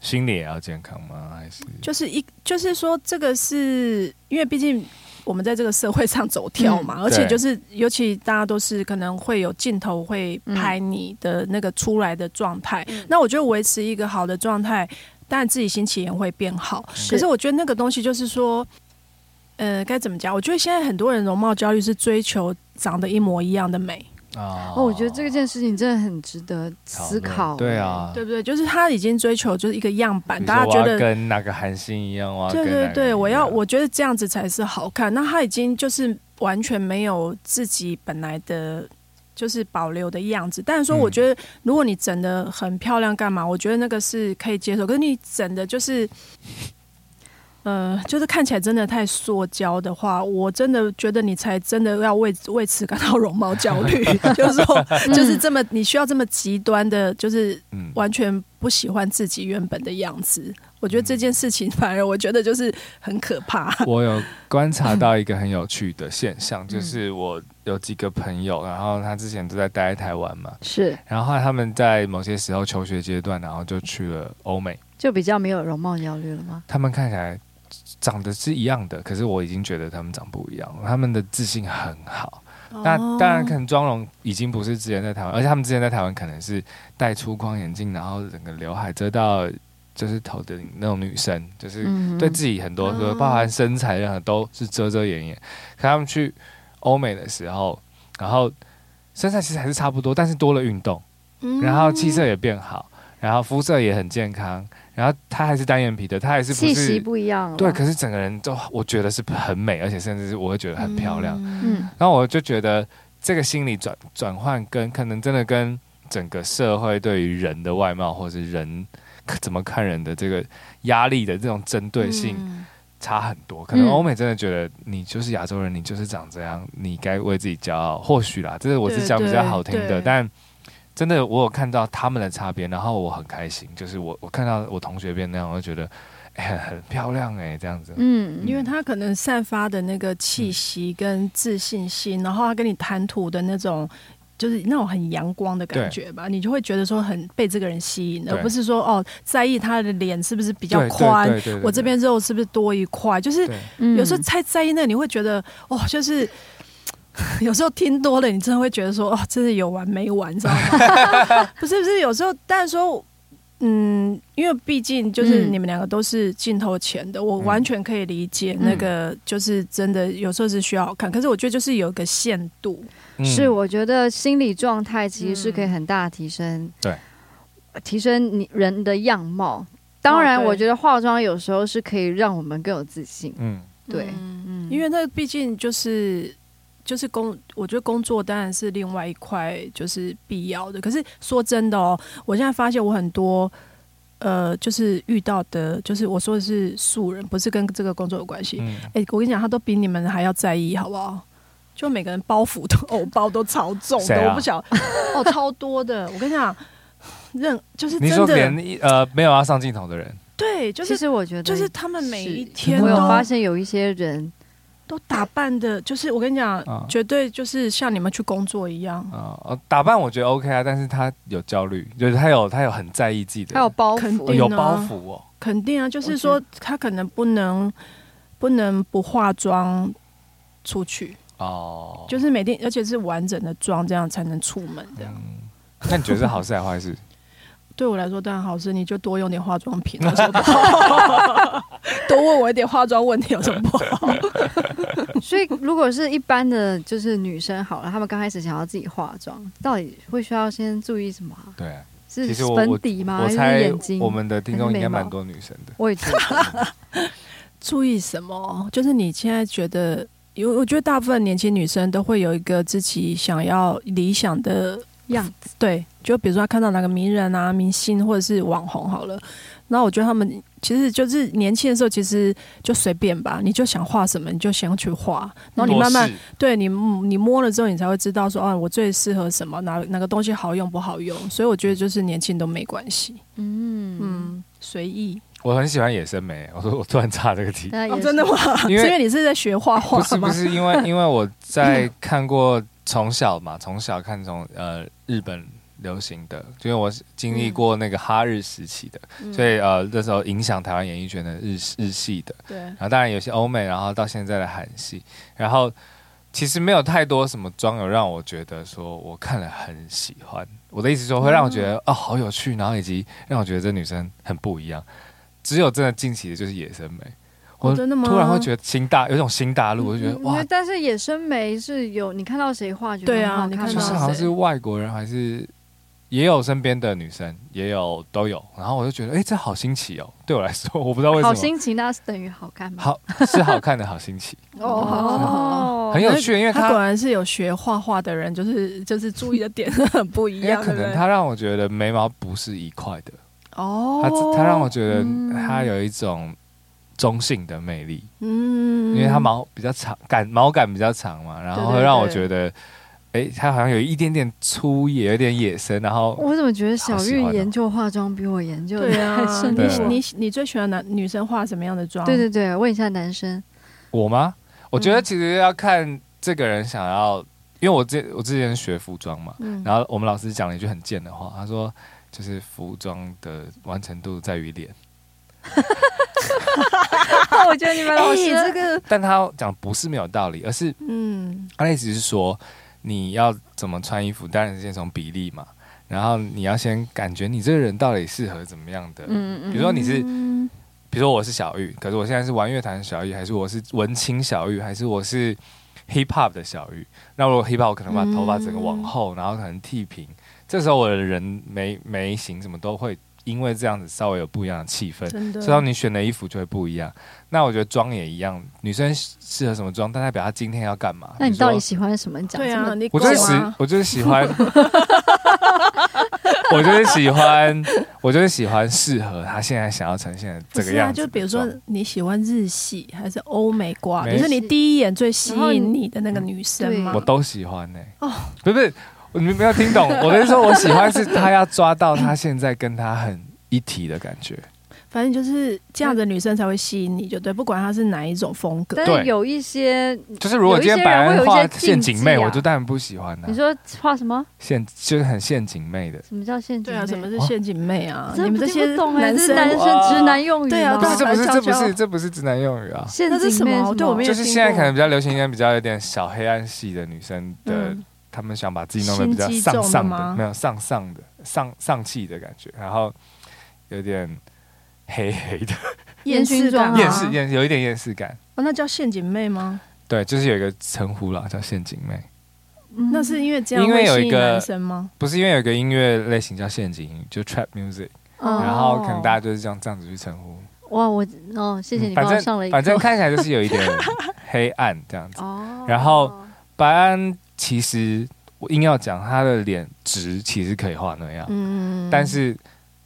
A: 心理也要健康吗？还是
D: 就是一，就是说这个是因为毕竟我们在这个社会上走跳嘛，而且
A: 嗯对
D: 就是尤其大家都是可能会有镜头会拍你的那个出来的状态。那我觉得维持一个好的状态，当然自己心情也会变好。可是我觉得那个东西就是说，呃，该怎么讲？我觉得现在很多人容貌焦虑是追求长得一模一样的美。
A: 啊
B: 哦，我觉得这件事情真的很值得思考。
A: 对，啊，
D: 对不对？就是他已经追求就是一个样板，
A: 比如
D: 大
A: 说
D: 家
A: 我要
D: 觉得
A: 跟那个韩星一样，我要
D: 对
A: 啊跟
D: 对
A: 哪个
D: 对，
A: 人
D: 我
A: 一
D: 要
A: 样
D: 我觉得这样子才是好看。那他已经就是完全没有自己本来的。就是保留的样子，但是说
A: 嗯
D: 我觉得，如果你整的很漂亮，干嘛？我觉得那个是可以接受。可是你整的就是，呃，就是看起来真的太塑胶的话，我真的觉得你才真的要为为此感到容貌焦虑。 就是说，就是这么你需要这么极端的，就是
A: 嗯
D: 完全不喜欢自己原本的样子。我觉得这件事
A: 嗯
D: 情反而我觉得就是很可怕。
A: 我有观察到一个很有趣的现象，就是我有几个朋友，然后他之前都在待在台湾嘛，
B: 是
A: 然后后来他们在某些时候求学阶段，然后就去了欧美，
B: 就比较没有容貌焦虑了吗？
A: 他们看起来长得是一样的，可是我已经觉得他们长不一样了，他们的自信很好。那
D: 哦
A: 当然，可能妆容已经不是之前在台湾，而且他们之前在台湾可能是戴粗框眼镜，然后整个刘海遮到就是头顶那种女生，就是
B: 嗯，
A: 对自己很多，说包含身材任何都是遮遮掩掩。可他们去欧美的时候，然后身材其实还是差不多，但是多了运动，
D: 嗯
A: 然后气色也变好，然后肤色也很健康，然后他还是单眼皮的，他还是不
B: 气息
A: 是
B: 不一样了。
A: 对，可是整个人都我觉得是很美，而且甚至是我会觉得很漂亮。
B: 嗯，
A: 然后我就觉得这个心理转转换跟可能真的跟整个社会对于人的外貌或是人怎么看人的这个压力的这种针对性。差很多。可能
B: 嗯
A: 欧美真的觉得你就是亚洲人，你就是长这样，你该为自己骄傲。或许啦，这是我是讲比较好听
D: 对
A: 的，
D: 对
A: 但真的我有看到他们的差别，然后我很开心，就是我我看到我同学变那样，我就觉得哎、很很漂亮哎、这样子。
B: 嗯，
D: 因为他可能散发的那个气息跟自信心，然后他跟你谈吐的那种。就是那种很阳光的感觉吧，你就会觉得说很被这个人吸引，
A: 对
D: 而不是说哦在意他的脸是不是比
A: 比
D: 较宽，
A: 对对对对
D: 我这边肉是不是多一块，就是
A: 对
B: 嗯
D: 有时候太在意那个，你会觉得哦，就是 有时候听多了，你真的会觉得说，哦，真的有完没完，知道吗？ 不是不是，有时候，但是说，嗯，因为毕竟就是
B: 嗯
D: 你们两个都是镜头前的，我
A: 嗯
D: 完全可以理解那
B: 嗯
D: 个，就是真的有时候是需要好看，可是我觉得就是有一个限度，
A: 嗯
B: 是，我觉得心理状态其实是可以很大的提升，
A: 对，
B: 提升你人的样貌。当然，
D: 哦对
B: 我觉得化妆有时候是可以让我们更有自信，
A: 嗯，
B: 对，
D: 嗯，因为那毕竟就是。就是工，我觉得工作当然是另外一块，就是必要的。可是说真的哦，我现在发现我很多，呃，就是遇到的，就是我说的是素人，不是跟这个工作有关系。
A: 嗯，
D: 哎、我跟你讲，他都比你们还要在意，好不好？就每个人包袱都 偶包都超重的，
A: 谁啊
D: 我不晓哦，超多的。我跟你讲，认就是
A: 你
D: 真
A: 说
D: 的，
A: 连一呃没有要上镜头的人，
D: 对，就
B: 其
D: 是
B: 实我觉得
D: 就是他们每一天
B: 我有
D: 都
B: 发现有一些人，
D: 都打扮的，就是我跟你讲，
A: 啊
D: 绝对就是像你们去工作一样，
A: 啊、呃打扮我觉得 OK 啊，但是他有焦虑，就是他有他有很在意自己的，
B: 他有包
D: 肯
B: 袱，
A: 哦
D: 定
A: 有
D: 呢
A: 包袱哦，
D: 肯定啊，就
B: 我
D: 是
B: 觉
D: 说他可能不能不能不化妆出去，
A: 哦，
D: 就是每天而且是完整的妆，这样才能出门这样。
A: 嗯， 那你觉得是好事还是坏事？
D: 对我来说当然好事，你就多用点化妆 品，有什么不好？ 多问我一点化妆问题有什么 不好？
B: 所以如果是一般的就是女生好了，她们刚开始想要自己化妆，到底会需要先注意什么啊、
A: 对啊，
B: 是
A: 其实我
B: 粉底吗？
A: 我
B: 还是
A: 猜
B: 眼睛？
A: 我们的听众应该蛮多女生的，
B: 我也 觉得
D: 注意什么？就是你现在觉得，因为我觉得大部分年轻女生都会有一个自己想要理想的
B: 样子，
D: 对，就比如说他看到哪个名人啊、明星或者是网红好了，然后我觉得他们其实就是年轻的时候，其实就随便吧，你就想画什么你就想去画，然后你慢慢
A: 多事
D: 对你你摸了之后，你才会知道说啊，我最适合什么，哪哪个东西好用不好用。所以我觉得就是年轻都没关系，
B: 嗯嗯，
D: 嗯，随意。哦
A: 我很喜欢野生眉，我说我突然插这个题，
B: 那也是、
D: 真的吗？ 是
A: 因
D: 因
A: 为
D: 为你是在学画画
A: 不是
D: 吗
A: 不？是，因 为因为我在看过从小嘛，从小看从呃日本流行的，因为我是经
D: 嗯
A: 历过那个哈日时期的，所以呃那时候影响台湾演艺圈的日日系的，
D: 对
A: 然后当然有些欧美，然后到现在的韩系，然后其实没有太多什么妆有让我觉得说我看了很喜欢。我的意思说会让我觉得、哦好有趣，然后以及让我觉得这女生很不一样。只有真的近期的就是野生美，我
D: 哦真的吗
A: 突然会觉得新大有一种新大陆，我就觉得
B: 嗯
A: 哇，
B: 但是野生眉是有你看到谁画，觉得
D: 对啊
B: 很好
D: 你
B: 看
D: 看
A: 就
B: 吗
A: 是
D: 到
A: 好像
D: 谁
A: 是外国人还是也有身边的女生也有都有，然后我就觉得哎、这好新奇哦，对我来说我不知道为什
B: 好
A: 么
B: 心情，那是等于好看吗？
A: 好是好看的好新奇，
B: 哦，
A: 很有趣，因为
D: 他
A: 它
D: 果然是有学画画的人，就是就是注意的点 很不一
A: 因为
D: 样，
A: 可
D: 对不
A: 能
D: 对？
A: 它让我觉得眉毛不是一块的，它
D: 哦，
A: 它让我觉得
B: 嗯
A: 它有一种中性的魅力，
D: 嗯
A: 因为它毛比较长，感毛感比较长嘛，然后
D: 对
A: 会
D: 对
A: 让我
D: 对
A: 觉得，哎，它好像有一点点粗野，有点野生，然后
B: 我怎么觉得小
A: 好喜
B: 玉
A: 欢哦
B: 研究化妆比我研究的
D: 对啊
B: 还，深
A: 对
B: 入？
A: 啊
D: 你你你最喜欢男女生画什么样的妆？
B: 对对对，问一下男 生，
A: 我吗？我觉得
D: 嗯
A: 其实要看这个人想要，因为我之我之前学服装嘛，
D: 嗯，
A: 然后我们老师讲了一句很贱的话，他说就是服装的完成度在于脸。
B: 我觉得你们
D: 哎、这个
A: 但他讲不是没有道理，而是
D: 嗯，
A: 他的意思是说，你要怎么穿衣服，当然是先从比例嘛，然后你要先感觉你这个人到底适合怎么样的。
B: 嗯嗯
A: 比如说你是，
D: 嗯
A: 比如说我是小玉，可是我现在是玩乐坛的小玉，还是我是文青小玉，还是我是 hip hop 的小玉？那如果 hip hop，我可能把头发整个往后，
B: 嗯
A: 然后可能剃平，这时候我的人眉眉形什么都会因为这样子稍微有不一样的气氛。
D: 真的，
A: 所以啊说你选的衣服就会不一样。那我觉得妆也一样，女生适合什么妆，但代表她今天要干嘛。
B: 那你
A: 比如说
B: 到底喜欢什么？讲
D: 对
B: 这
D: 啊，
B: 么
D: 你
A: 我
D: 够
A: 就是喜
D: 吗，
A: 我就是喜欢，我就是喜欢，我就是喜欢适合她现在想要呈现的
D: 不
A: 这个
D: 是
A: 样
D: 啊，
A: 子的妆。
D: 就比如说你喜欢日系还是欧美挂，
A: 没
D: 就是你
B: 事
D: 第一眼最吸
B: 然后
D: 引
B: 你
D: 你的那个女生
B: 对
D: 嘛
A: 我。都喜欢呢、
D: 哦
A: 不是不是，你们没有听懂，我的意思说我喜欢是她要抓到她现在跟她很一体的感觉。
D: 反正就是这样的女生才会吸引你，就对，不管她是哪一种风格
B: 但。是有一些，
A: 就是如果今天白安
B: 嗯有一些人会有一
A: 画
B: 些
A: 陷阱妹，
B: 禁忌啊
A: 我就当然不喜欢了、
B: 你说画什么？
A: 陷就是很陷阱妹的，
B: 什么叫陷阱
D: 对
B: 妹？
D: 啊，什么是
A: 哦
D: 陷阱妹啊？
B: 真的
D: 你们
B: 不
D: 些
B: 不懂哎，
D: 男
B: 这是
D: 生，
B: 男生
A: 哇
B: 直男用语
D: 对啊
B: 吗
D: 对
A: 不是
D: 啊
A: 这不是
D: 悄
A: 这不
D: 悄
A: 是这不是直男用语啊，
B: 陷
D: 那是
B: 阱
D: 什
B: 妹
D: 么
B: 是
D: 对我没有
A: 就是
D: 听
A: 现在
D: 过
A: 可能比较流行一点比较有点小黑暗系的女生的，
D: 嗯
A: 她们想把自己弄得比较
D: 心机
A: 上
D: 重的
A: 上
D: 吗
A: 的，没有上上的上上气的感觉，然后有点黑黑的
B: 烟熏妆啊
A: 厌世厌有一点厌世感。
D: 哦，那叫陷阱妹吗？
A: 对，就是有一个称呼啦，叫陷阱妹，
B: 嗯
D: 那是因为这样
A: 因为
D: 会
A: 有
D: 吸
A: 一
D: 引
A: 个
D: 男生吗？
A: 不是因为有一个音乐类型叫陷阱，就 trap music，
B: 哦
A: 然后可能大家就是这样这样子去称呼。
B: 哇，我哦，谢谢
A: 嗯
B: 你帮
A: 反
B: 我
A: 正
B: 上了一课。
A: 反正看起来就是有 一点黑暗这样子。
B: 哦，
A: 然后白安其实我硬要讲，他的脸直其实可以画那样，
D: 嗯，
A: 但是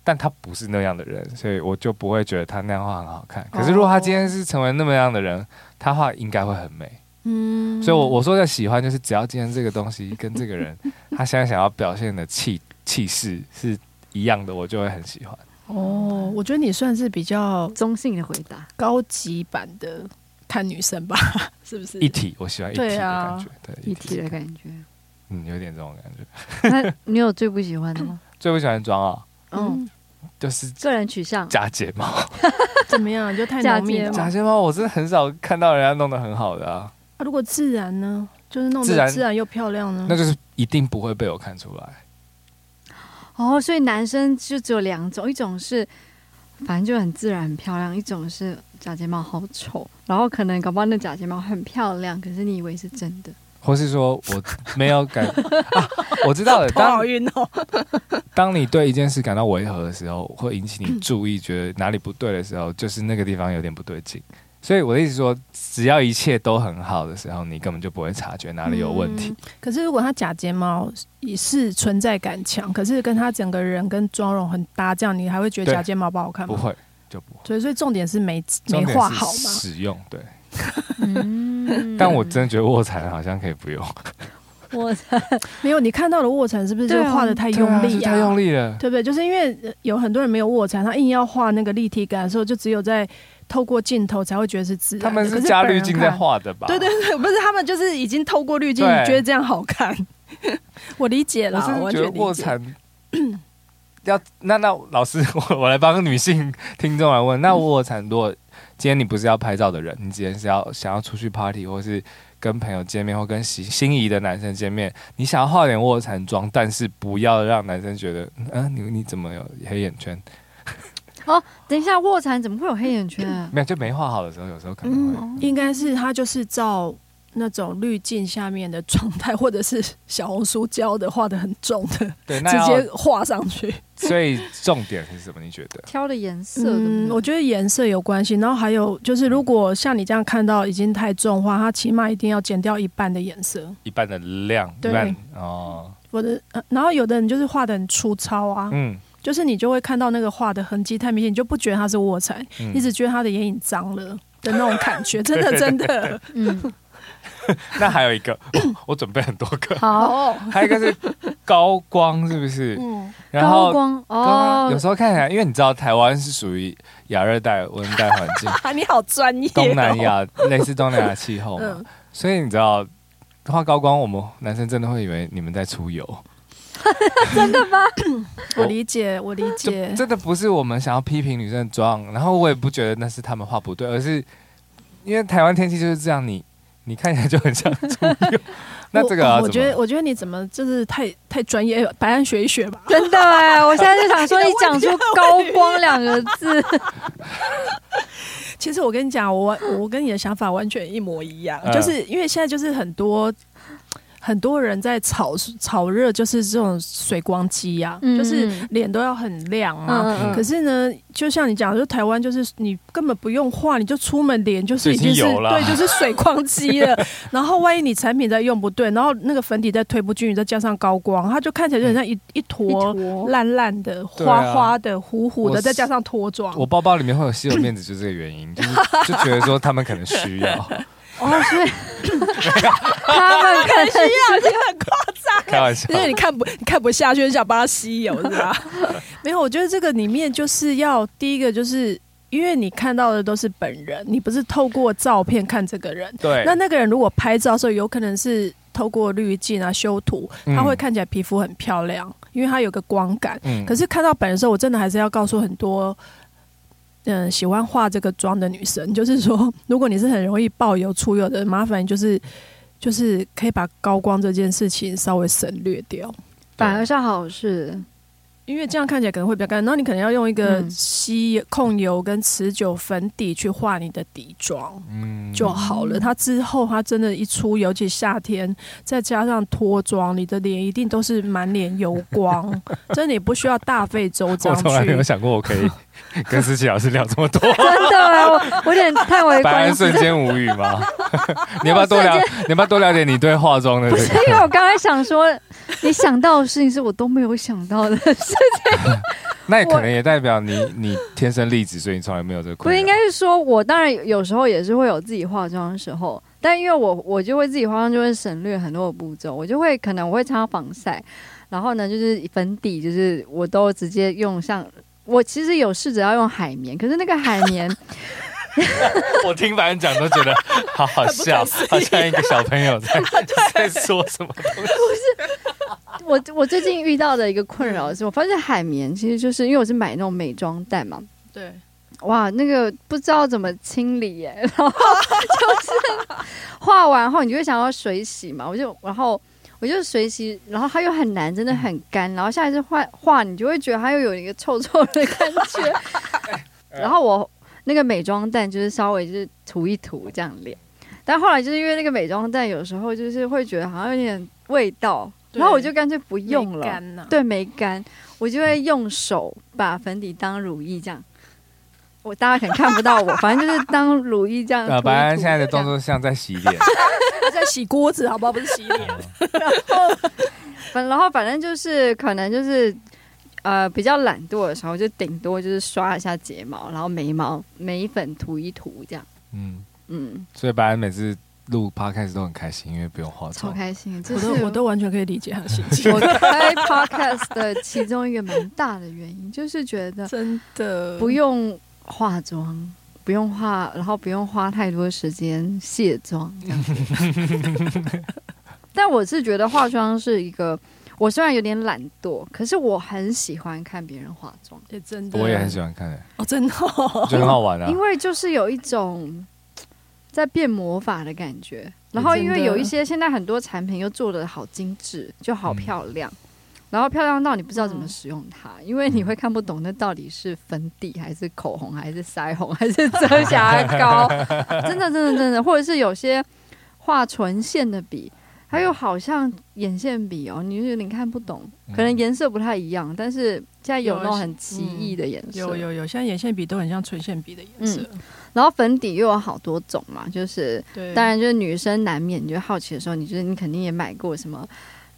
A: 但他不是那样的人，所以我就不会觉得他那样画很好看。可是如果他今天是成为那么样的人，他画应该会很美。
D: 嗯
A: 所以我我说的喜欢就是只要今天这个东西跟这个人他现在想要表现的气气势是一样的，我就会很喜欢。
D: 哦，我觉得你算是比较
B: 中性的回答，
D: 高级版的看女生吧， 是不是？
A: 一体，我喜欢一体的
D: 对啊
A: 感觉，对,、
B: 一体的感 觉。
A: 嗯，有点这种感觉。
B: 那你有最不喜欢的吗？
A: 最不喜欢的妆啊，
B: 嗯，
D: 嗯，
A: 就是
B: 个人取向。
A: 假睫毛。
D: 怎么样？就太
B: 嫁
D: 浓密
B: 接
D: 了
B: 吗
D: 吗。
A: 假睫毛我真的很少看到人家弄得很好的啊，
D: 啊如果自然呢？就是弄
A: 自
D: 得
A: 然
D: 自然又漂亮呢
A: 那？就是一定不会被我看出来。
B: 哦，所以男生就只有两种，一种是反正就很自然很漂亮，一种是假睫毛好丑，然后可能搞不好那假睫毛很漂亮，可是你以为是真的。
A: 或是说我没有 感、啊，我知道了。
D: 头
A: 当
D: 好晕哦。
A: 当你对一件事感到违和的时候，会引起你注意，觉得哪里不对的时候，就是那个地方有点不对劲。所以我的意思说，只要一切都很好的时候，你根本就不会察 觉哪里有问题
D: 嗯。可是如果她假睫毛也是存在感强，可是跟她整个人跟妆容很搭，这样你还会觉得
A: 对
D: 假睫毛不好看
A: 不
D: 吗？
A: 会就不会。
D: 所以，所以重点是没
A: 重
D: 嗯没
A: 点
D: 画
A: 是
D: 好嘛？
A: 使用对，
B: 嗯，
A: 但 我真的觉得卧蚕好像可以不用，
B: 我
D: 没有，你看到的卧蚕是不是就
B: 对啊
D: 画的嗯太
A: 对啊
D: 用
A: 是
D: 力
A: 太用力了。
D: 对不对？就是因为呃有很多人没有卧蚕，他硬要画那个立体感的时候，就只有在透过镜头才会觉得是自然的。
A: 他们是
D: 啊可
A: 加
D: 本
A: 滤
D: 人
A: 镜在
D: 看。
A: 画的吧？
D: 对对对， 不是他们就是已经透过滤镜
A: 对
D: 觉得这样好看。 我理解
A: 我
D: 啦，
A: 真的
D: 完
A: 觉
D: 全
A: 得
D: 理解
A: 卧蚕 要那那老师，我我来帮女性听众来问，那
D: 嗯
A: 卧蚕如果今天你不是要拍照的人，你今天是要想要出去 party 或是跟朋友见面或跟心心仪的男生见面，你想要化点卧蚕妆，但是不要让男生觉得，嗯、啊你你怎么有黑眼圈？
B: 等一下，卧蚕怎么会有黑眼圈啊？
A: 没有就没画好的时候，有时候可能会。
D: 嗯，应该是他就是照那种滤镜下面的状态，或者是小红书教的画的很重的，
A: 对，那
D: 直接
A: 要
D: 画上去。
A: 所以重点是什么？你觉得？
B: 挑的颜色对不
D: 嗯，
B: 对
D: 我觉得颜色有关系，然后还有就是，如果像你这样看到已经太重的话，它起码一定要减掉一半的颜色。
A: 一半的量，一
D: 对
A: 半哦，
D: 我的，呃然后有的人就是画的很粗糙啊，
A: 嗯，
D: 就是你就会看到那个画的痕迹太明显，你就不觉得它是卧蚕，
A: 嗯
D: 你只觉得它的眼影脏了的那种 感觉，真的真的。
B: 嗯，
A: 那还有一个， 我我准备很多个，
B: 好，
D: 哦，
A: 还有一个是高光，是不是？
D: 嗯，
A: 然后
B: 高光
A: 高光
B: 哦
A: 有，时候看起来，因为你知道台湾是属于亚热带温带环境，
D: 啊，你好专业、哦。
A: 东南，亚类似东南亚气候嘛，
D: 嗯
A: 所以你知道画高光，我们男生真的会以为你们在出游，
D: 我理解，我理
A: 就
D: 解。
A: 真的不是我们想要批评女生的妆，然后我也不觉得那是他们画不对，而是因为台湾天气就是这样，你你看起来就很像出 游。那这个要
D: 我我
A: 怎
D: 觉得，
A: 么？
D: 我觉得你怎么就是太太专业，白安学一学吧。
B: 真的 哎，我现在就想说，一讲出“高光”两个字，
D: 其实我跟你讲，我我跟你的想法完全一模一样，
A: 嗯
D: 就是因为现在就是很多很多人在炒炒热，就是这种水光肌呀、
B: 嗯
D: 就是脸都要很亮啊。
A: 嗯
D: 可是呢，就像你讲的，就台湾就是你根本不用画，你就出门脸就是已经是
A: 就已经有了
D: 对，就是水光肌 了。然后万一你产品再用不对，然后那个粉底再推不均匀，再加上高光，它就看起来就很像一、一
A: 嗯
D: 坨
B: 坨
D: 烂烂的、
A: 对啊
D: 花花的、糊糊
A: 我
D: 的，
A: 是
D: 再加上脱妆。
A: 我包包里面会有稀有面子，就是这个原因，就是就觉得说他们可能需要。
B: 哦，所以 他们可能
A: 开玩笑，
D: 因为你看不你看不下去，你想帮他吸油是 吧？没有，我觉得这个里面就是要第一个就是。因为你看到的都是本人，你不是透过照片看这个人。
A: 对
D: 那那个人如果拍照的时候，有可能是透过滤镜啊、修图，
A: 嗯
D: 他会看起来皮肤很漂亮，因为他有个光感。
A: 嗯
D: 可是看到本人的时候，我真的还是要告诉很多，嗯，喜欢化这个妆的女生， 就是说，如果你是很容易爆油出油的人，麻烦你就是就是可以把高光这件事情稍微省略掉，
B: 反而是好事。
D: 因为这样看起来可能会比较干。然后你可能要用一个
B: 嗯
D: 吸油控油跟持久粉底去画你的底妆。
A: 嗯
D: 就好了。
B: 嗯
D: 它之后它真的，一出，尤其夏天，再加上脱妆，你的脸一定都是满脸油光， 真的也不需要大费周 章
A: 我从来没有
D: 去。
A: 想过我可以 跟思琪老师聊这么多，
B: 真的哎，我我有点叹为
A: 白
B: 观
A: 安
B: 止，
A: 瞬间无语 吗？你要不要多聊？你要不要多聊点你对化妆的这个？
B: 因为我刚才想说，你想到的事情是我都没有想到的事，
A: 那也可能也代表你你天生丽质，所以你从来没有这个
B: 不
A: 困
B: 是
A: 扰。
B: 应该是说，我当然有时候也是会有自己化妆的时候，但因为我我就会自己化妆，就会省略很多的步骤，我就会可能我会擦防晒，然后呢就是粉底，就是我都直接用像我其实有试着要用海绵，可是那个海绵
A: 我听白人讲都觉得好好 笑，好像一个小朋友在在说什么。
B: 我我最近遇到的一个困扰是，我发现海绵其实就是因为我是买那种美妆蛋嘛，
D: 对，
B: 哇，那个不知道怎么清理耶， 然后就是画完后你就会想要水洗嘛，我就然后我就水洗，然后它又很难，真的很干，然后下一次画画你就会觉得它又有一个臭臭的感觉，然后我那个美妆蛋就是稍微就是涂一涂这样脸，但后来就是因为那个美妆蛋有时候就是会觉得好像有点味道，然后我就干脆不用了，
D: 干呐、
B: 对，没干，我就会用手把粉底当乳液这样。我大家可能看不到我，反正就是当乳液这样涂一
A: 呃，
B: 涂。
A: 白安现在的动作像在洗 脸，
D: 他在洗锅子好不好？不是洗脸。
B: 反，然后反正就是可能就是呃比较懒惰的时候，就顶多就是刷一下睫毛，然后眉毛眉粉涂一涂这样。
A: 嗯，
B: 嗯，
A: 所以白安每次录 podcast 都很开心，因为不用化
B: 超
A: 妆。
B: 开心，这
D: 我
B: 是
D: 都我都完全可以理解他的心情，
B: 我开 podcast 的其中一个蛮大的原因，就是觉得
D: 真的
B: 不用化妆，不用化，然后不用花太多时间卸妆这样子。 但我是觉得化妆是一个，我虽然有点懒惰，可是我很喜欢看别人化妆，
D: 也真的，
A: 我也很喜欢看、欸，
D: 哦，真的哦、
A: 就很好玩啊
B: 因。为就是有一种在变魔法的感觉。然后因为有一些现在很多产品又做的好精致，就好漂亮。然后漂亮到你不知道怎么使用它，因为你会看不懂那到底是粉底还是口红还是腮红还是遮瑕膏， 真的真的真的，或者是有些画唇线的笔，还有好像眼线笔哦，你就有点看不懂，可能
A: 嗯
B: 颜色不太一样，但是现在有那种很奇异的颜色，
D: 有有有，现在眼线笔都很像唇线笔的颜色。
B: 然后粉底又有好多种嘛，就是
D: 对，
B: 当然就是女生难免你就好奇的时候，你就是你肯定也买过什么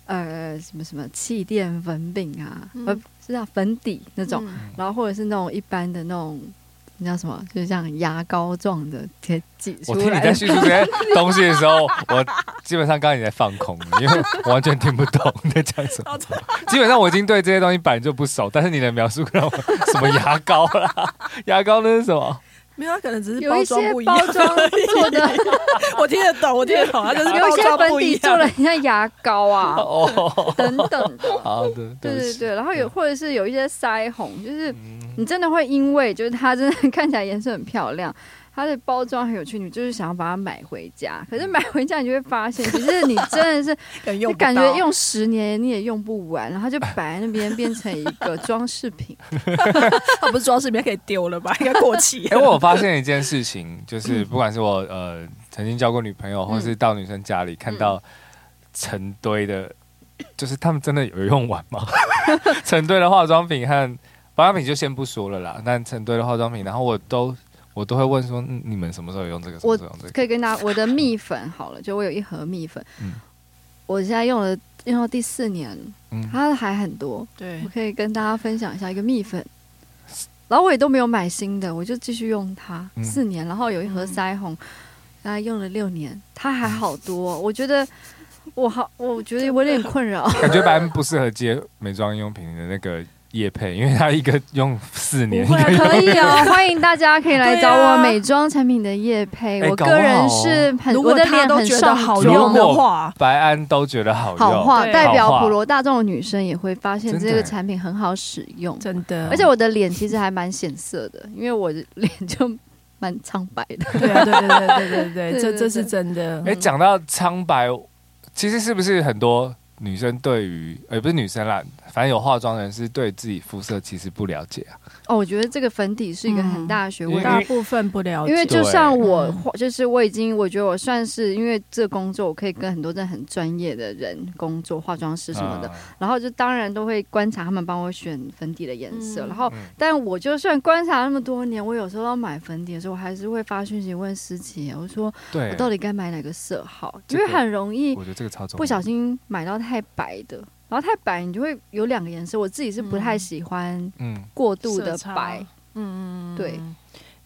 B: 呃什么什么气垫粉饼啊，
D: 嗯
B: 呃是啊粉底那种，
D: 嗯
B: 然后或者是那种一般的那种。你知道什么？就是像牙膏状的贴挤出
A: 我听你
B: 来
A: 在
B: 的，
A: 叙述这些东西的时候，我基本上刚刚你在放空，因为我完全听不懂你在讲什 么。基本上我已经对这些东西本来就不熟，但是你的描述让我什么牙膏啦， 牙膏那是什么？
D: 没有，他可能只是
B: 有
D: 包
B: 一些
D: 装不一样
B: 包。装做的，
D: 我听得懂，我听得懂，他就是
B: 有
D: 包
B: 一些
D: 装
B: 粉
D: 不一
B: 底
D: 样
B: 做的很像牙膏 啊，
A: 哦，
B: 等等的。
A: 好的，
B: 对
A: 不
B: 对
A: 起嗯
B: 对，
D: 嗯
B: 然后有或者是有一些腮红，就是你真的会因为就是它真的 看起来颜色很漂亮，它的包装很有趣，你就是想要把它买回家。可是买回家你就会发现，其实你真的是
D: 可能
B: 就
D: 嗯 用不
B: 感觉
D: 到
B: 用十年你也用不完，然后它就摆在那边变成一 个装饰品。
D: 它不是装饰品可以丢了吧？应该过期
A: 哎、我发现一件事情，
B: 嗯
A: 就是不管是我呃曾经交过女朋友，或是到女生家里
B: 嗯
A: 看到成堆的，就是他们真的有用完吗？ 成堆的化妆品和保养品就先不说了啦，但成堆的化妆品，然后我都我都会问说，嗯你们什么时候有用这个？什么时候用这个？
B: 可以跟大家，我的蜜粉好了，就我有一盒蜜粉，
A: 嗯
B: 我现在用了用到第四年，
A: 嗯，
B: 它还很多。
D: 对
B: 我，可以跟大家分享一下一个蜜粉，然后我也都没有买新的，我就继续用它
A: 嗯
B: 嗯四年，然后有一盒腮红，大概用了六年，他
A: 嗯
B: 还好多，我觉得我好，我觉得我有点困扰。
A: 感觉白恩不适合接美妆用品的那个业配，因为他一个用四年，一
D: 不会啊
A: 个用
B: 可以哦，欢迎大家可以来找
D: 对
B: 我
D: 啊
B: 美妆产品的业配。
A: 哎
B: 我
A: 搞不
B: 个人
A: 好
B: 是很，
D: 如
B: 我
D: 果
B: 的
D: 他
B: 脸
D: 都
B: 很
D: 觉
B: 上
D: 得好
A: 如果
D: 用的话，
A: 白安都觉得好用，
B: 好话，
D: 对
B: 代
A: 好
B: 表
A: 话
B: 普罗大众的女生也会发现
A: 真的
B: 这个
A: 欸
B: 产品很好使用，
D: 真的，
B: 而且我的脸其实还蛮显色的，因为我的脸就蛮苍白的。
D: 对啊对对对对对
B: 对
D: 对，
B: 对
D: 这这
B: 对
D: 是真的
A: 哎、。讲到苍白，其实是不是很多女生对于，呃，不是女生啦，反正有化妆的人是对自己肤色其实不了解啊。
B: 哦，我觉得这个粉底是一个很
D: 嗯
B: 大的学问，
A: 因为
D: 大部分不了解，
B: 因为就
A: 对
B: 像我
D: 嗯，
B: 就是我已经，我觉得我算是因为这工作，我可以跟很多真的很专业的人工作，化妆师什么的，
D: 啊
A: 嗯
B: 然后就当然都会观察他们帮我选粉底的颜色，
D: 嗯
B: 然后、
A: 嗯
B: 但我就算观察那么多年，我有时候要买粉底的时候，我还是会发讯息问师姐，我说
A: 对，
B: 我到底该买哪个色号，
A: 这
B: 因
A: 个
B: 为很容易
A: 我觉得这个超重要，
B: 不小心买到太白的，然后太白你就会有两个颜色，我自己是不太
D: 嗯
B: 喜欢
A: 嗯，
B: 过度的
D: 色差
B: 白，
D: 嗯
B: 对。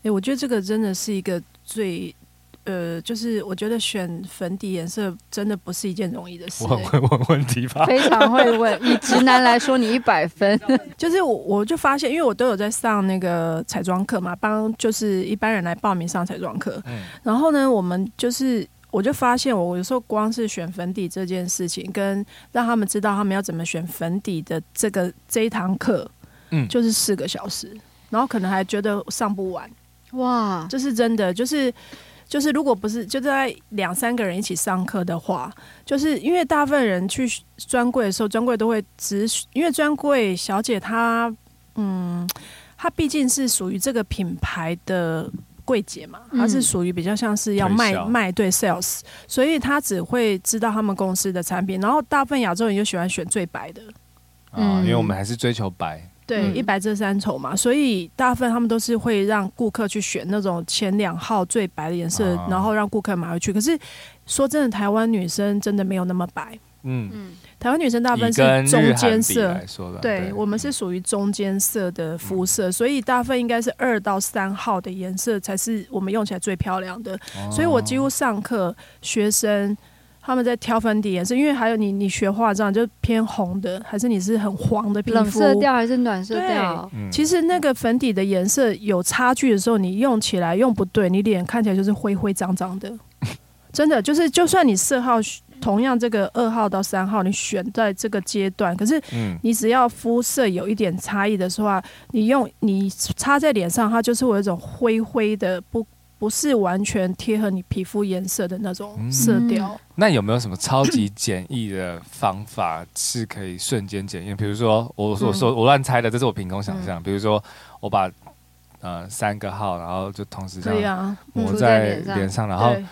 D: 哎，我觉得这个真的是一个最。呃，就是我觉得选粉底颜色真的不是一件容易的事、
A: 我很 会问问题吧？
B: 非常会问。以直男来说，你一百分，
D: 就是我我就发现，因为我都有在上那个彩妆课嘛，帮就是一般人来报名上彩妆课。
A: 嗯
D: 然后呢，我们就是我就发现，我有时候光是选粉底这件事情，跟让他们知道他们要怎么选粉底的这个这一堂课，
A: 嗯，
D: 就是四个小时，然后可能还觉得上不完。
B: 哇，
D: 这是真的，就是就是，如果不是就在两三个人一起上课的话，就是因为大部分人去专柜的时候，专柜都会只因为专柜小姐她嗯，她毕竟是属于这个品牌的。柜姐嘛，
B: 嗯
D: 她是属于比较像是要卖
A: 推销
D: 卖对 sales，所以她只会知道他们公司的产品，然后大部分亚洲人就喜欢选最白的，
A: 啊，
B: 嗯
A: 因为我们还是追求白，
D: 对，
B: 嗯
D: 一白遮三丑嘛，所以大部分他们都是会让顾客去选那种前两号最白的颜色，
A: 啊
D: 然后让顾客买回去。可是说真的，台湾女生真的没有那么白，
A: 嗯，
B: 嗯，
D: 台湾女生大部分
A: 以跟
D: 是中
A: 日韩
D: 间
A: 比
D: 色
A: 来，说的，
D: 对我们是属于中间色的肤
A: 嗯
D: 色，所以大部分应该是二到三号的颜色才是我们用起来最漂亮的。
A: 哦
D: 所以我几乎上课学生他们在挑粉底颜色，因为还有你你学化妆就偏红的，还是你是很黄的皮肤，
B: 冷色调还是暖色调？
D: 其
A: 实
D: 实那个粉底的颜色有差距的时候，你用起来用不对，你脸看起来就是灰灰脏脏 的。真的，就是就算你色号同样这个二号到三号，你选在这个阶段，可是
A: 嗯
D: 你只要肤色有一点差异的时候啊，你用你擦在脸上，它就是会有一种灰灰的，不不是完全贴合你皮肤颜色的那
A: 嗯
D: 种色调。
A: 那有没有什么超级简易的方法是可以瞬间检验？比如说，我我
D: 嗯
A: 说我乱猜的，这是我凭空想象。比如说，我把呃三个号，然后就同时这
D: 对
A: 样
D: 啊，
A: 抹
B: 涂在
A: 在
B: 脸上
A: 脸上，然后
D: 对，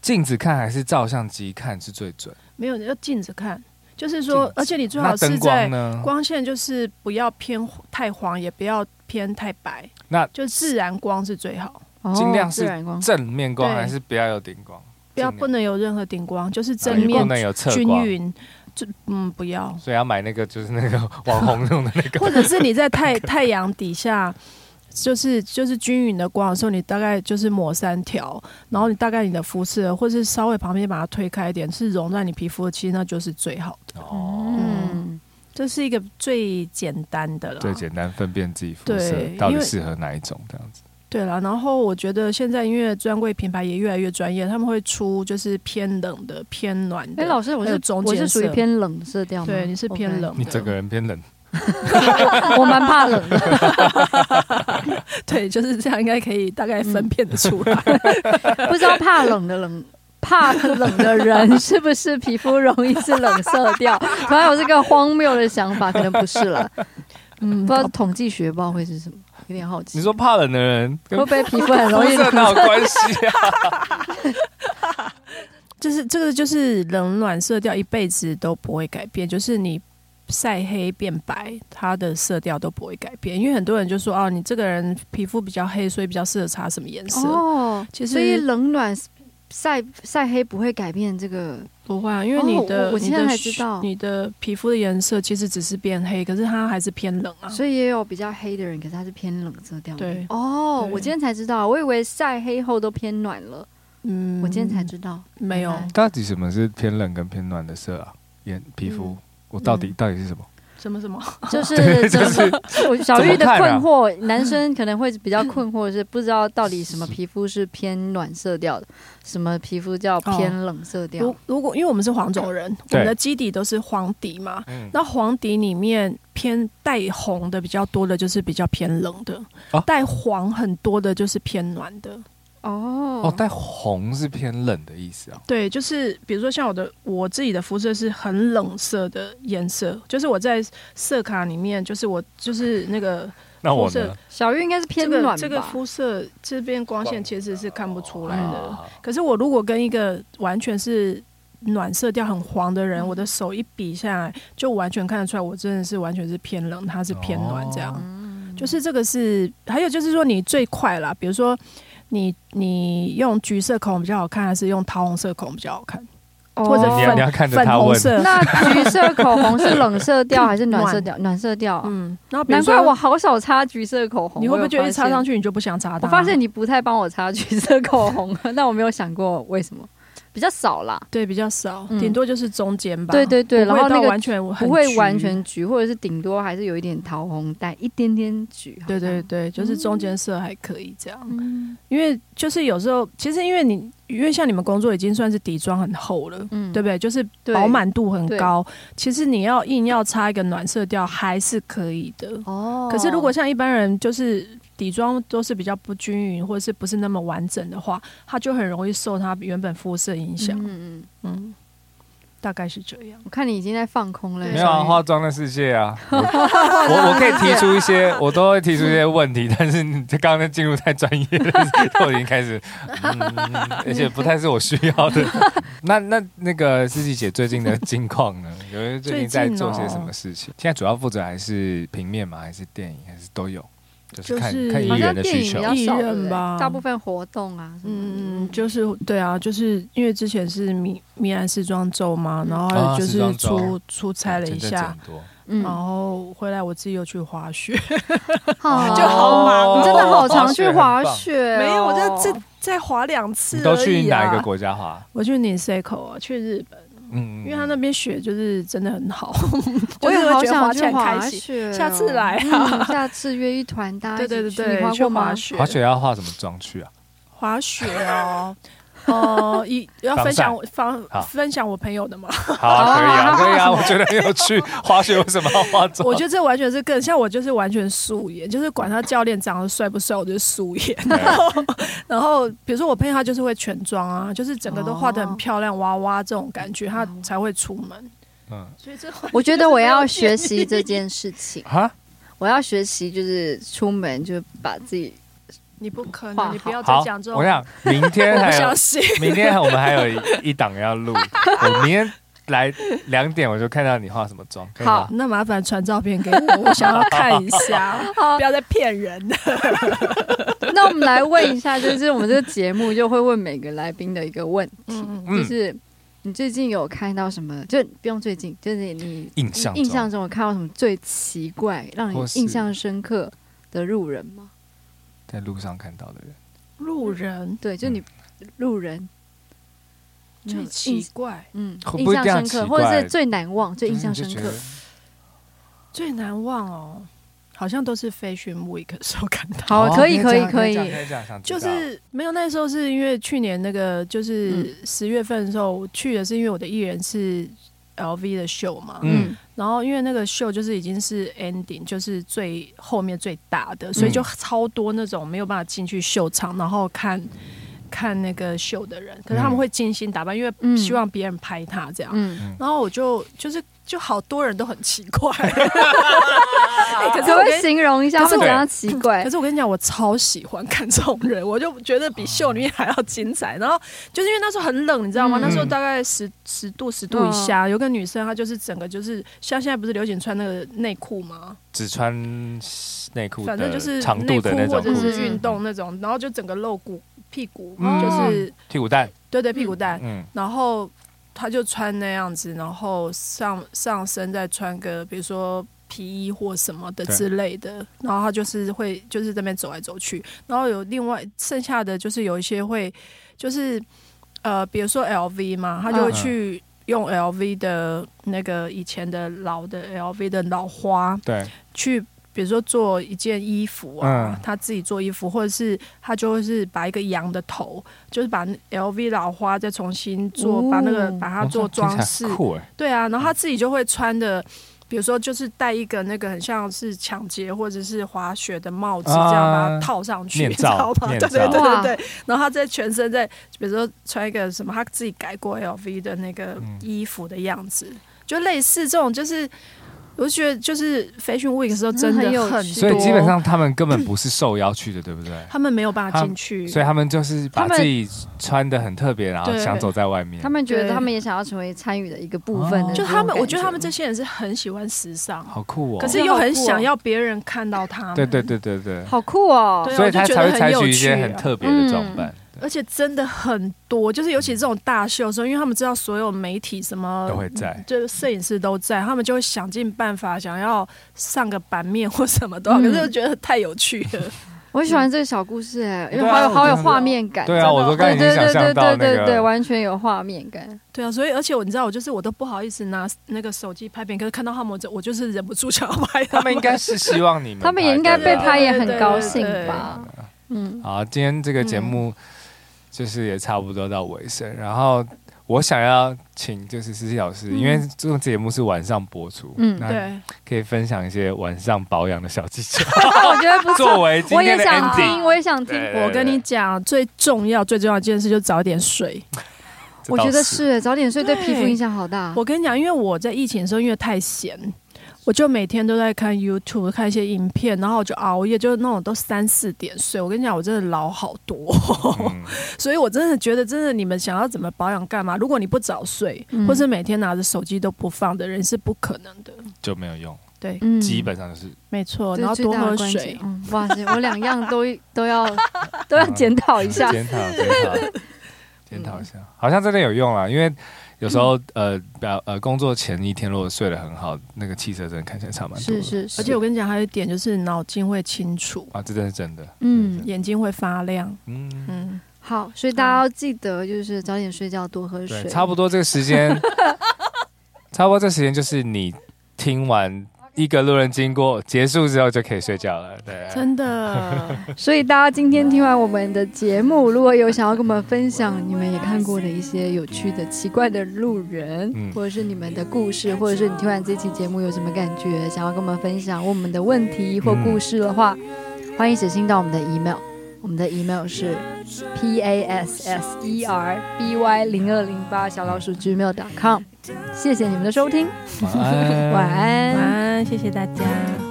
A: 镜子看还是照相机看是最准？
D: 没有要镜子看，就是说
A: 镜子，
D: 而且你最
A: 那
D: 好是
A: 灯
D: 在
A: 光呢？
D: 光线就是不要偏太黄，也不要偏太白，
A: 那
D: 就自然光是最好，
B: 哦
A: 尽量是
B: 自然光，
A: 正面光
D: 对
A: 还是不要有顶光？
D: 不要
A: 尽量
D: 不能有任何顶光，就是
A: 啊
D: 正
A: 也
D: 面
A: 不能有侧
D: 均
A: 光，，
D: 匀。就嗯，不要
A: 所以要买那个就是那个 网红用的那 个。
D: 或者是你在太太阳底下，就是就是均匀的光的时候，你大概就是抹三条，然后你大概你的肤色，或是稍微旁边把它推开一点，是融在你皮肤的，其实那就是最好的。
A: 哦，
B: 嗯，
D: 这是一个最简单的了，
A: 最简单分辨自己肤
D: 对
A: 色
D: 因为
A: 到底适合哪一种这样子。
D: 对啦，然后我觉得现在因为专柜品牌也越来越专业，他们会出就是偏冷的、偏暖的。
B: 哎，老师，我
D: 还
B: 是
D: 有中
B: 我
D: 间
B: 是属于
D: 色
B: 偏冷色调吗？
D: 对，你是偏冷的。
A: 你整个人偏冷，
B: OK，我蛮怕冷的。
D: 对，就是这样，应该可以大概
B: 嗯
D: 分辨得出来。
B: 不知道怕冷的冷。怕冷的人是不是皮肤容易是冷色调？ 反正有这个荒谬的想法，可能不是了。
D: 嗯，
B: 不知道统计学报会是什么，有点好奇。
A: 你说怕冷的人
B: 会
A: 跟
B: 不会皮肤 很容
A: 肤
B: 易
A: 色
B: 冷？
A: 哪有关 系啊？
D: 就是这个就是冷暖色调一辈子都不会改变，就是你晒黑变白，它的色调都不会改变。因为很多人就说哦，你这个人皮肤比较黑，所以比较适合擦什么颜色。
B: 哦，
D: 其实
B: 所以冷暖晒晒黑不会改变这个
D: 不会啊，因为你
B: 哦
D: 的、
B: 我我
D: 你
B: 现在
D: 的
B: 才知道
D: 你的皮肤的颜色其实只是变黑，可是它还是偏冷啊。
B: 所以也有比较黑的人，可是他是偏冷色调的。
D: 对
B: 哦，
D: 对
B: 我今天才知道，我以为晒黑后都偏暖了。
D: 嗯
B: 我今天才知道，
D: 没有
B: 原来
A: 到底什么是偏冷跟偏暖的色啊？眼皮
D: 嗯
A: 肤，我到底到底是什么？
D: 什么什么，
B: 就是
A: 对，
B: 怎
A: 就
B: 么
A: 是
B: 我小玉的
A: 怎么看
B: 困
A: 啊
B: 惑，男生可能会比较困惑，是不知道到底什么皮肤是偏暖色调的，什么皮肤叫偏冷色调
D: 如。如果因为我们是黄种人，我
A: 对
D: 们的基底都是黄底嘛，
A: 嗯
D: 那黄底里面偏带红的比较多的，就是比较偏冷的
A: 啊；
D: 带、黄很多的，就是偏暖的。
A: 哦
B: 哦，
A: 带红是偏冷的意思啊。
D: 对，就是比如说像我的我自己的肤色是很冷色的颜色，就是我在色卡里面，就是我就是那个
A: 那我
D: 肤色
A: 呢？
B: 小玉应该是
D: 这
B: 偏暖
D: 个
B: 吧？
D: 这个肤色这边光线其实是看不出来的。
A: 啊
D: 可是我如果跟一个完全是暖色调很黄的
B: 嗯
D: 人，我的手一比下来，就完全看得出来，我真的是完全是偏冷，他是偏暖这样。
B: 哦
D: 就是这个是，还有就是说你最快啦，比如说你你用橘色口红比较好看，还是用桃红色口红比较好看，或者
A: 哦你
D: 粉
A: 要你要看着
D: 粉
A: 他
D: 红
A: 问，
D: 色？
B: 那橘色口红是冷色调还是暖色调？暖色调啊。
D: 嗯，然后比如
B: 难
D: 说
B: 怪我好少擦橘色口红。
D: 你会不会觉得一擦上
B: 去？
D: 去你就不想擦它？
B: 我发现你不太帮我擦橘色口红， 但我没有想过为什么，比较少啦。
D: 对比较少，
B: 嗯
D: 顶多就是中间吧。
B: 对对对
D: 不会
B: 然后那
D: 到
B: 个
D: 完全很
B: 不会
D: 橘
B: 完全嗯橘，或者是顶多还是有一点桃红带一点点橘。好
D: 对对
B: 像，
D: 对，就是中间色还可以这样，
B: 嗯
D: 因为就是有时候其实因为你因为像你们工作已经算是底妆很厚了，
B: 嗯
D: 对不对？就是
B: 对
D: 饱满度很
B: 对
D: 高，其实你要硬要擦一个暖色调还是可以的。
B: 哦
D: 可是如果像一般人就是底妆都是比较不均匀或者是不是那么完整的话，它就很容易受它原本肤色影响。嗯
B: 嗯嗯，
D: 大概是这样。
B: 我看你已经在放空了。
D: 对
A: 没有啊，化妆的世界啊，我 我我可以提出一些，我都会提出一些问题，但是你这刚刚进入太专业了， 我已经开始，嗯，而且不太是我需要的。那那那个思琪姐最近的近况呢？有没有最近在做些什么事情？现在主要负责还是平面吗？还是电影？还是都有？就是看
D: 就是
A: 看艺
B: 好像
A: 人的
B: 电
A: 需
B: 影
A: 求
B: 比。较少
D: 艺
B: 对
D: 人
B: 不对
D: 吧
B: 大部分活动啊什么
D: 嗯，
B: 的，
D: 就是对啊，就是因为之前是米米兰时装周嘛，然后
A: 啊
D: 就
A: 时
D: 是
A: 装周
D: 出出差了一
A: 真的
D: 下
A: 很，多，
B: 嗯
D: 然后回来我自己又去滑雪，
B: 好
D: 就好忙哦
B: 你真的好常去滑
A: 很棒。
B: 雪啊哦，
D: 没有，我就再再滑两次、啊
A: 你都去哪一个？国家滑？
D: 我去 Niseko 啊，去日本，
A: 嗯，
D: 因为他那边雪就是真的 很好，
B: 我也
D: 就是
B: 好
D: 会觉
B: 想
D: 得滑起
B: 去滑雪
D: 来很开心。
B: 哦，
D: 下次来啊
B: 嗯下次约一团大家
D: 对
B: 一起
D: 对对
B: 去
D: 对，
B: 你滑
D: 去
B: 过吗
D: 滑？雪，
A: 滑雪要化什么妆去啊？
D: 滑雪 哦。哦，一要分享分
A: 好
D: 分享我朋 友的嘛？
A: 好，可以啊，可以啊，我觉得很有趣。滑雪为什么要化妆？
D: 我觉得这完全是更像我，就是完全素颜，就是管他教练长得帅不帅，我就是素颜。然后比如说我朋友他就是会全妆啊，就是整个都画的
B: 哦
D: 很漂亮，娃娃这种感觉，他才会出门。
A: 嗯
D: 所以这
B: 我觉得我要学 习这件事情，
A: 啊，
B: 我要学习就是出门就把自己
D: 你不可
B: 哇
D: 能，你不要再
A: 好
D: 讲这，种，
A: 我想明天
D: 我不
A: 还有
D: 相，信。
A: 明天我们还有一一档要录，我明天来两点我就看到你化什么妆，可以吗
B: 好？
D: 那麻烦传照片给我，我想要看一下， 不要再骗人了。
B: 那我们来问一下，就是 我们这个节目就会问每个来宾的一个问题，
A: 嗯
B: 就是你最近有看到什么？就不用最近，就是你
A: 印象中
B: 印象中有看到什么最奇怪、让你
A: 或是
B: 印象深刻的路人吗？
A: 在路上看到的人，
D: 路人
B: 对，
A: 嗯
B: 就你路人你有
D: 最
B: 印
D: 奇怪、
B: 嗯
A: 会不
B: 印
A: 会
B: 象
A: 这样
B: 深刻，
A: 奇
B: 或
A: 怪嗯
B: 者是最难忘、最印象
A: 就
B: 深
A: 是你就
B: 刻
A: 觉得。
D: 最难忘哦，好像都是 Fashion Week 的时候看到。
B: 好，
A: 哦
B: 可以，
A: 可
B: 可以，
A: 讲讲
B: 可以。
A: 可以讲，想知
D: 就
A: 道
D: 是没有，那时候是因为去年那个就是
A: 嗯
D: 十月份的时候，我去的是因为我的艺人是 LV 的秀嘛，
A: 嗯
B: 嗯，
D: 然后因为那个秀就是已经是 ending，就是最后面最大的，所以
B: 嗯
D: 就超多那种没有办法进去秀场，然后看看那个秀的人，可是他们会精心打扮，因为
B: 嗯
D: 希望别人拍他这样。
B: 嗯，
D: 然后我就就是就好多人都很奇 怪，欸哎可是
B: 可
D: 我
B: 不可
D: 跟
B: 以形容一下
D: 可
B: 他
D: 是
B: 们怎
A: 我
B: 样奇怪
D: 可？是我跟你讲，我超喜欢看这种人，我就觉得比秀里面还要精彩。然后就是因为那时候很冷，你知道吗？
B: 嗯
D: 那时候大概十十度十度以下，有个女生她就是整个就是像现在不是流行穿那个内裤吗？
A: 只穿内裤的，
D: 反正就是
A: 长
D: 内
A: 度
D: 裤
A: 的那
D: 或
A: 种
D: 者
A: 裤子，
D: 是运动那种，然后就整个露骨屁股，
A: 嗯
D: 就是
A: 屁股蛋，
D: 对对屁股蛋，
A: 嗯，
D: 然后她就穿那样子，然后上上身再穿个比如说皮衣或什么的
A: 对
D: 之类的，然后他就是会就是在那边走来走去，然后有另外剩下的就是有一些会就是呃，比如说 LV 嘛，他就会
A: 嗯
D: 去用 LV 的那个以前的老的 LV 的老花
A: 对，
D: 去。比如说做一件衣服啊，
A: 嗯
D: 他自己做衣服，或者是他就会是把一个羊的头，就是把那 LV 老花再重新做，
B: 哦
D: 把那个把它
A: 哦
D: 做
A: 这样
D: 装
A: 听起
D: 饰
A: 来很，酷哎，
D: 对啊，然后他自己就会穿的，比如说就是戴一个那个很像是抢劫或者是滑雪的帽子，
A: 啊
D: 这样把它套上去，
A: 面
D: 你知道
A: 罩
D: 吗？对
A: 面
D: 对对
A: 罩
D: 对
B: 哇
D: 对。然后他在全身在，比如说穿一个什么，他自己改过 LV 的那个
A: 嗯
D: 衣服的样子，就类似这种，就是我就觉得就是 Fashion Week 的时候真
B: 真
D: 的
B: 的很有
D: 很
B: 趣
A: 所以
D: 多
A: 基本上他们根本不是受邀去的，对不对？
D: 他们没有办法
A: 他
D: 进去，
A: 所以他们就是把
B: 他们
A: 自己穿的很特别，然后
D: 对
A: 想走在外面。
B: 他们觉
D: 对
B: 得他们也想要成为参与的一个部分的
A: 哦
B: 这种
D: 就
B: 感觉，
D: 他们，我觉得他们这些人是很喜欢时尚，
A: 好酷哦！
D: 可是又很
B: 好酷哦
D: 想要别人看到他们。
A: 对对对对对，
B: 好酷哦，
D: 对啊
A: 所以他
D: 我就觉
A: 才
D: 得
A: 会采
D: 很有
A: 取一些
D: 趣
A: 很
D: 啊
A: 特别的装
B: 嗯
A: 扮，对
D: 而且真的很多，就是尤其这种大秀的时候，因为他们知道所有媒体什
B: 呃
D: 么
A: 都会在。
D: 就是摄影师都在，他们就会想尽办法想要上个版面或什么都好，可是
B: 嗯
D: 我觉得太有趣 了。
B: 我喜欢这个小故事哎，因
A: 对
B: 为
A: 啊
B: 好有
A: 我
B: 好有
A: 真的
B: 画面感，
A: 对
B: 真
A: 啊，
B: 的
A: 我都刚才已
B: 对
A: 经
B: 对
A: 想象
B: 对
A: 到
B: 对
A: 那
B: 对对，
A: 个，
B: 完全有画面感。
D: 对啊，所以而且我你知道，我就是我都不好意思拿那个手机拍片，可是看到他们，我就我就是忍不住想要拍
A: 他
D: 他
A: 们应该是希望你们，
B: 他们也应该被
A: 啊
B: 拍也很高兴
D: 对对对
B: 吧？ 嗯，
A: 好，今天这个节目就是也差不多到尾声，然后我想要请就是思琪老师，因为这种节目是晚上播出，
B: 嗯
A: 那
D: 对，
A: 可以分享一些晚上保养的小技巧，
B: 我觉得不
A: 作
B: 错，
A: 为哦今
B: 我
A: 天的
B: 也想啊听，
A: ending。
B: 我也想听。
A: 对
D: 我跟你讲，最重要最重要一件事就是早点睡。
A: 这
B: 我
A: 倒
B: 觉得是早点睡对
D: 对
B: 皮肤影响好大。
D: 我跟你讲，因为我在疫情的时候，因为太闲，我就每天都在看 YouTube，看一些影片，然后我就熬夜，就是那种都三四点睡。我跟你讲，我真的老好多，
A: 嗯
D: 所以我真的觉得，真的你们想要怎么保养干嘛？如果你不早睡，
B: 嗯
D: 或是每天拿着手机都不放的人，是不可能的。
A: 就没有用，
D: 对，
B: 嗯
A: 基本上就是
D: 没错。
B: 这
D: 哦然后
B: 是
D: 多
B: 最大
D: 喝
B: 的关
D: 水
B: 键。。嗯，哇塞，我两样都都要都要检讨一下。
A: 嗯 检讨检讨检讨一 下，好像真的有用啦，因为。有时候，呃，表呃，工作前一天如果睡得很好，那个气色真的看起来差蛮多的。
B: 是是是，
D: 而且我跟你讲，还有一点就是脑筋会清楚，
A: 啊，这真的是真的。
B: 嗯
D: 眼睛会发亮。
A: 嗯，
D: 嗯，
B: 好，所以大家要记得就是早点睡觉，多喝
A: 对，
B: 水。
A: 差不多这个时 间，差不多这个时间就是你听完一个路人经过结束之后就可以睡觉了。对，
D: 真的。
B: 所以大家今天听完我们的节目，如果有想要跟我们分享你们也看过的一些有趣的、奇怪的路人，
A: 嗯
B: 或者是你们的故事，或者是你听完这期节目有什么感觉，想要跟我们分享问我们的问题或故事的话，欢迎写信到我们的 email。我们的 email 是 p a s s e r b y 零二零八小老鼠 gmail.com。谢谢你们的收听，
A: 晚安
B: 晚安
D: 晚安，谢谢大家。